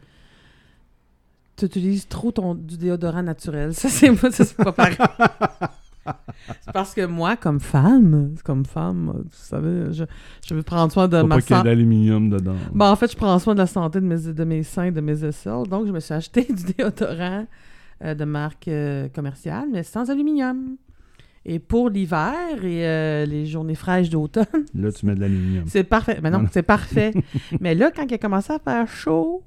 tu utilises trop ton, du déodorant naturel. Ça, c'est moi, ça, c'est pas [LAUGHS] pareil. c'est parce que moi, comme femme, comme femme, vous savez, je, je veux prendre soin de Faut ma pas qu'il y ait santé. d'aluminium dedans. Bah, en fait, je prends soin de la santé de mes, de mes seins, de mes aisselles. Donc, je me suis acheté [LAUGHS] du déodorant euh, de marque euh, commerciale, mais sans aluminium. Et pour l'hiver et euh, les journées fraîches d'automne, [LAUGHS] Là, tu mets de l'aluminium. c'est parfait. Mais non, Non, non. c'est parfait. mais là, quand il a commencé à faire chaud,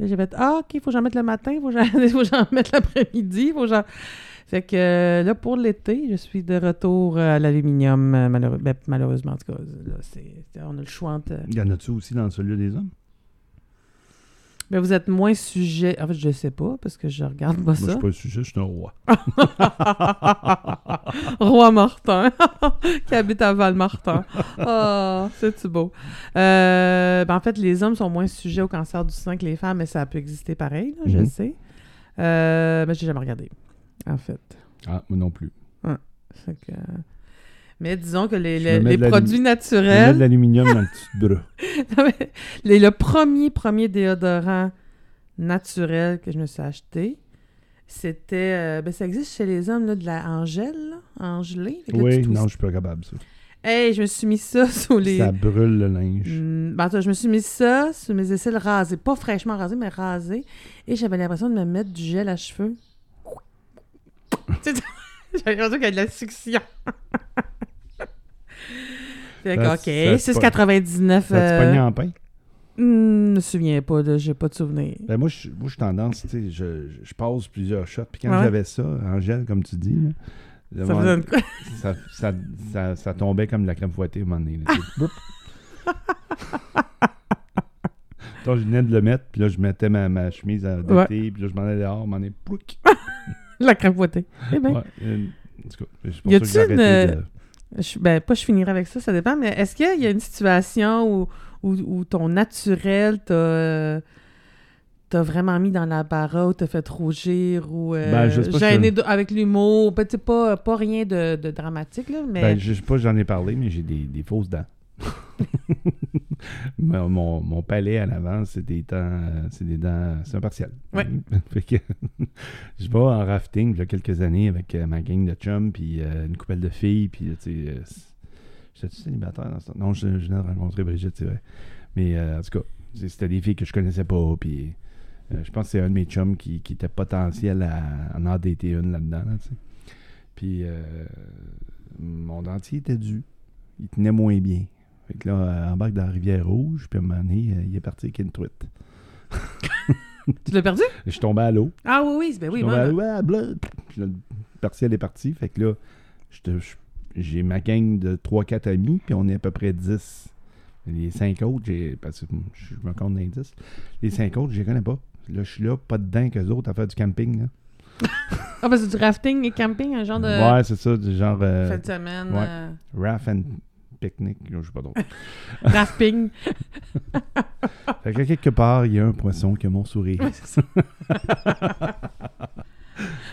là, j'ai fait Ah, OK, faut que j'en mette le matin, faut que j'en- [LAUGHS] faut que j'en mette l'après-midi, faut que j'en. Fait que euh, là, pour l'été, je suis de retour à l'aluminium, euh, malheureux- ben, malheureusement. En tout cas, là, c'est- c'est- on a le choix entre. euh, Il y en a-tu aussi dans celui des hommes? Mais vous êtes moins sujet. En fait, je sais pas parce que je regarde pas Moi, je ça. suis pas le sujet, je suis un roi. Roi Martin, [LAUGHS] qui habite à Val-Martin. Ah, c'est-tu beau? Euh, ben, en fait, les hommes sont moins sujets au cancer du sein que les femmes, mais ça peut exister pareil, là, je le Mhm. sais. Euh, mais j'ai jamais regardé, en fait. Ah, moi non plus. Fait que- euh, Mais disons que les, Je les- me mets les de la produits Il met naturels. de l'aluminium dans le petit [LAUGHS] bras. Non, mais [LAUGHS] les- le premier, premier déodorant naturel que je me suis acheté, c'était. euh, ben, ça existe chez les hommes, là, de la Angèle, là, Angelée. Fait que là, tu Oui, twistes. non, je suis pas capable de ça. Hey, je me suis mis ça [LAUGHS] sous les. Ça brûle le linge. Mm, ben, en tout cas, je me suis mis ça sous mes aisselles rasées. Pas fraîchement rasées, mais rasées. Et j'avais l'impression de me mettre du gel à cheveux. Tu sais, [LAUGHS] j'avais l'impression qu'il y a de la succion. [LAUGHS] fait que, Ça, OK, ça se 6,99. Ça te euh, pogne en pain? Hmm, Je me souviens pas, là, j'ai pas de souvenir. Ben, moi, je moi, je suis tendance, tu sais, je, je passe plusieurs shots. Puis quand Ouais. j'avais ça, Angèle, comme tu dis, là, le Ça moment- faisait une quoi? ça, ça- ça- ça tombait comme de la crème fouettée à un moment donné. là, tu sais. [LAUGHS] Boup. Donc, je venais de le mettre, puis là, je mettais ma, ma chemise à d'été, Ouais. puis là, je m'en allais dehors, m'en allais... plouc. [LAUGHS] La crème fouettée. Eh ben, Ouais, euh, en tout cas, c'est pour Y ça que j'ai a-t-il arrêté une- de- je, ben, pas je finirai avec ça, ça dépend, mais est-ce qu'il y a une situation où, où, où ton naturel t'a euh, t'a vraiment mis dans la barre ou t'a fait rougir ou euh, Ben, je sais pas gêné si- de- avec l'humour? Ben, tu sais, pas, pas rien de, de dramatique, là, mais Ben, je sais pas, j'en ai parlé, mais j'ai des, des fausses dents. [LAUGHS] mon, mon- mon palais à l'avant, c'est des dents. euh, C'est des dents. C'est un partiel. Ouais. [LAUGHS] Fait que, je vais en rafting il y a quelques années avec euh, ma gang de chums, puis euh, une coupelle de filles, puis euh, tu sais. euh, c- J'étais-tu célibataire dans ce temps? Non, je, je venais de rencontrer Brigitte, c'est vrai. Mais euh, en tout cas, c'est- c'était des filles que je connaissais pas, puis. euh, je pense que c'est un de mes chums qui, qui était potentiel à, à en endetter une là-dedans. là, tu sais. Puis euh, mon dentier était dû. Il tenait moins bien. Fait que là, elle embarque dans la rivière rouge, puis à un moment donné, euh, il est parti avec une truite. tu l'as perdu? Je suis tombé à l'eau. Ah oui, oui, ben Je oui, suis tombé moi, à là. l'eau, ah, bleu. Puis là, le partiel est parti. Fait que là, j'étais- j- j'ai ma gang de 3-4 amis, puis on est à peu près 10. Les 5 autres, j'ai. Parce que je me compte dans les 10. Les 5 autres, je les connais pas. Là, je suis là, pas dedans qu'eux autres à faire du camping. Là. Ah, ben, c'est du rafting et camping, un genre de Ouais, c'est ça, du genre euh, fin de semaine, ouais. euh, raft and picnic. Je sais pas [LAUGHS] trop. [LAUGHS] rafting. Fait que quelque part, il y a un poisson qui a mon sourire. Oui, c'est ça.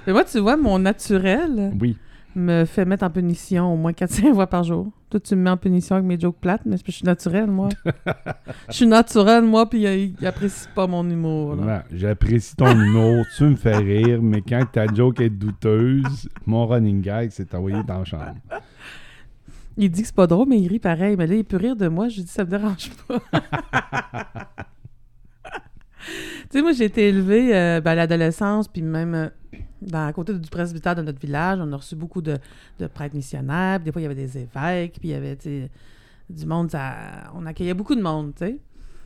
Mais moi, tu vois, mon naturel, Oui. me fait mettre en punition au moins [LAUGHS] 4-5 fois par jour. Toi, tu me mets en punition avec mes jokes plates, mais c'est parce que je suis naturelle, moi. je suis naturelle, moi, puis il, il apprécie pas mon humour. là. Ouais, Bah, J'apprécie ton humour, tu me fais rire, mais quand ta joke est douteuse, mon running gag, c'est t'envoyer dans la chambre. Il dit que c'est pas drôle, mais il rit pareil. Mais là, il peut rire de moi. Je lui dis, ça me dérange pas. tu sais, moi, j'ai été élevée euh, ben, à l'adolescence, puis même euh, dans, à côté du presbytère de notre village, on a reçu beaucoup de, de prêtres missionnaires. puis Des fois, il y avait des évêques, puis il y avait tu sais, du monde. ça- on accueillait beaucoup de monde, tu sais.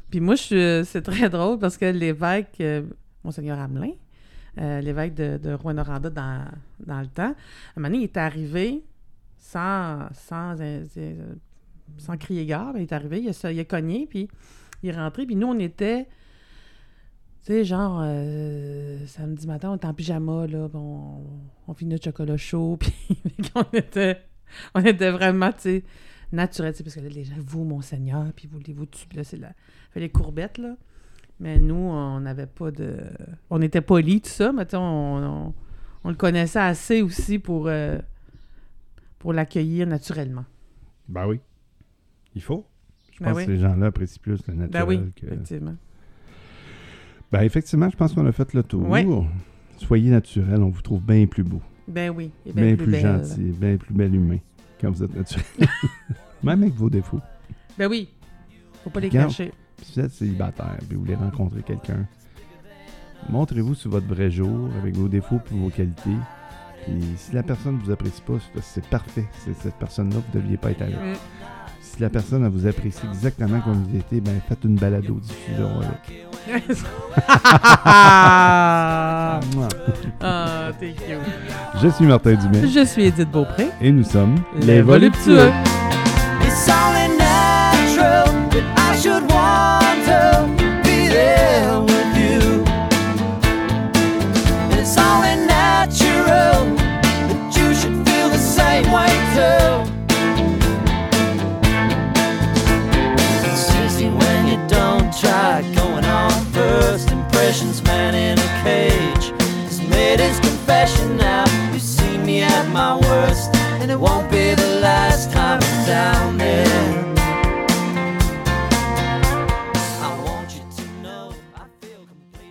Puis moi, je suis- euh, c'est très [LAUGHS] drôle parce que l'évêque, euh, Monseigneur Hamelin, euh, l'évêque de, de Rouen-Oranda dans, dans le temps, un moment donné, il est arrivé sans, sans, euh, euh, sans crier gare. ben, il est arrivé, il a, sa- il a cogné, puis il est rentré. Puis nous, on était, tu sais, genre, euh, samedi matin, on était en pyjama, là, puis on, on finit notre chocolat chaud, [LAUGHS] puis on était, on était vraiment, tu sais, naturel, tu sais, parce que là, les gens, vous, monseigneur, puis voulez-vous, tu, puis là, c'est la, fait les courbettes, là. Mais nous, on n'avait pas de... On était polis, tout ça, mais tu sais, on, on, on le connaissait assez aussi pour... euh, pour l'accueillir naturellement. Ben oui. Il faut. Je Ben pense oui. que ces gens-là apprécient plus le naturel Ben oui, que. effectivement. Ben effectivement, je pense qu'on a fait le tour. Ouais. Soyez naturel, on vous trouve bien plus beau, Ben oui, et bien, ben plus, plus, belle. gentil, bien plus bel humain quand vous êtes [LAUGHS] naturel. Même avec vos défauts. Ben oui, faut pas les Regarde. [LAUGHS] cacher. Si vous êtes célibataire puis vous voulez rencontrer quelqu'un, montrez-vous sous votre vrai jour avec vos défauts puis vos qualités. Puis si la personne ne vous apprécie pas, c'est parce que c'est parfait. C'est cette personne-là, vous ne deviez pas être avec. Mm. Si la personne elle vous apprécie exactement comme vous étiez, ben faites une balade au avec. ah, Mouah. t'es cute. Je suis Martin Dumais Je suis Edith Beaupré. et nous sommes Les voluptueux.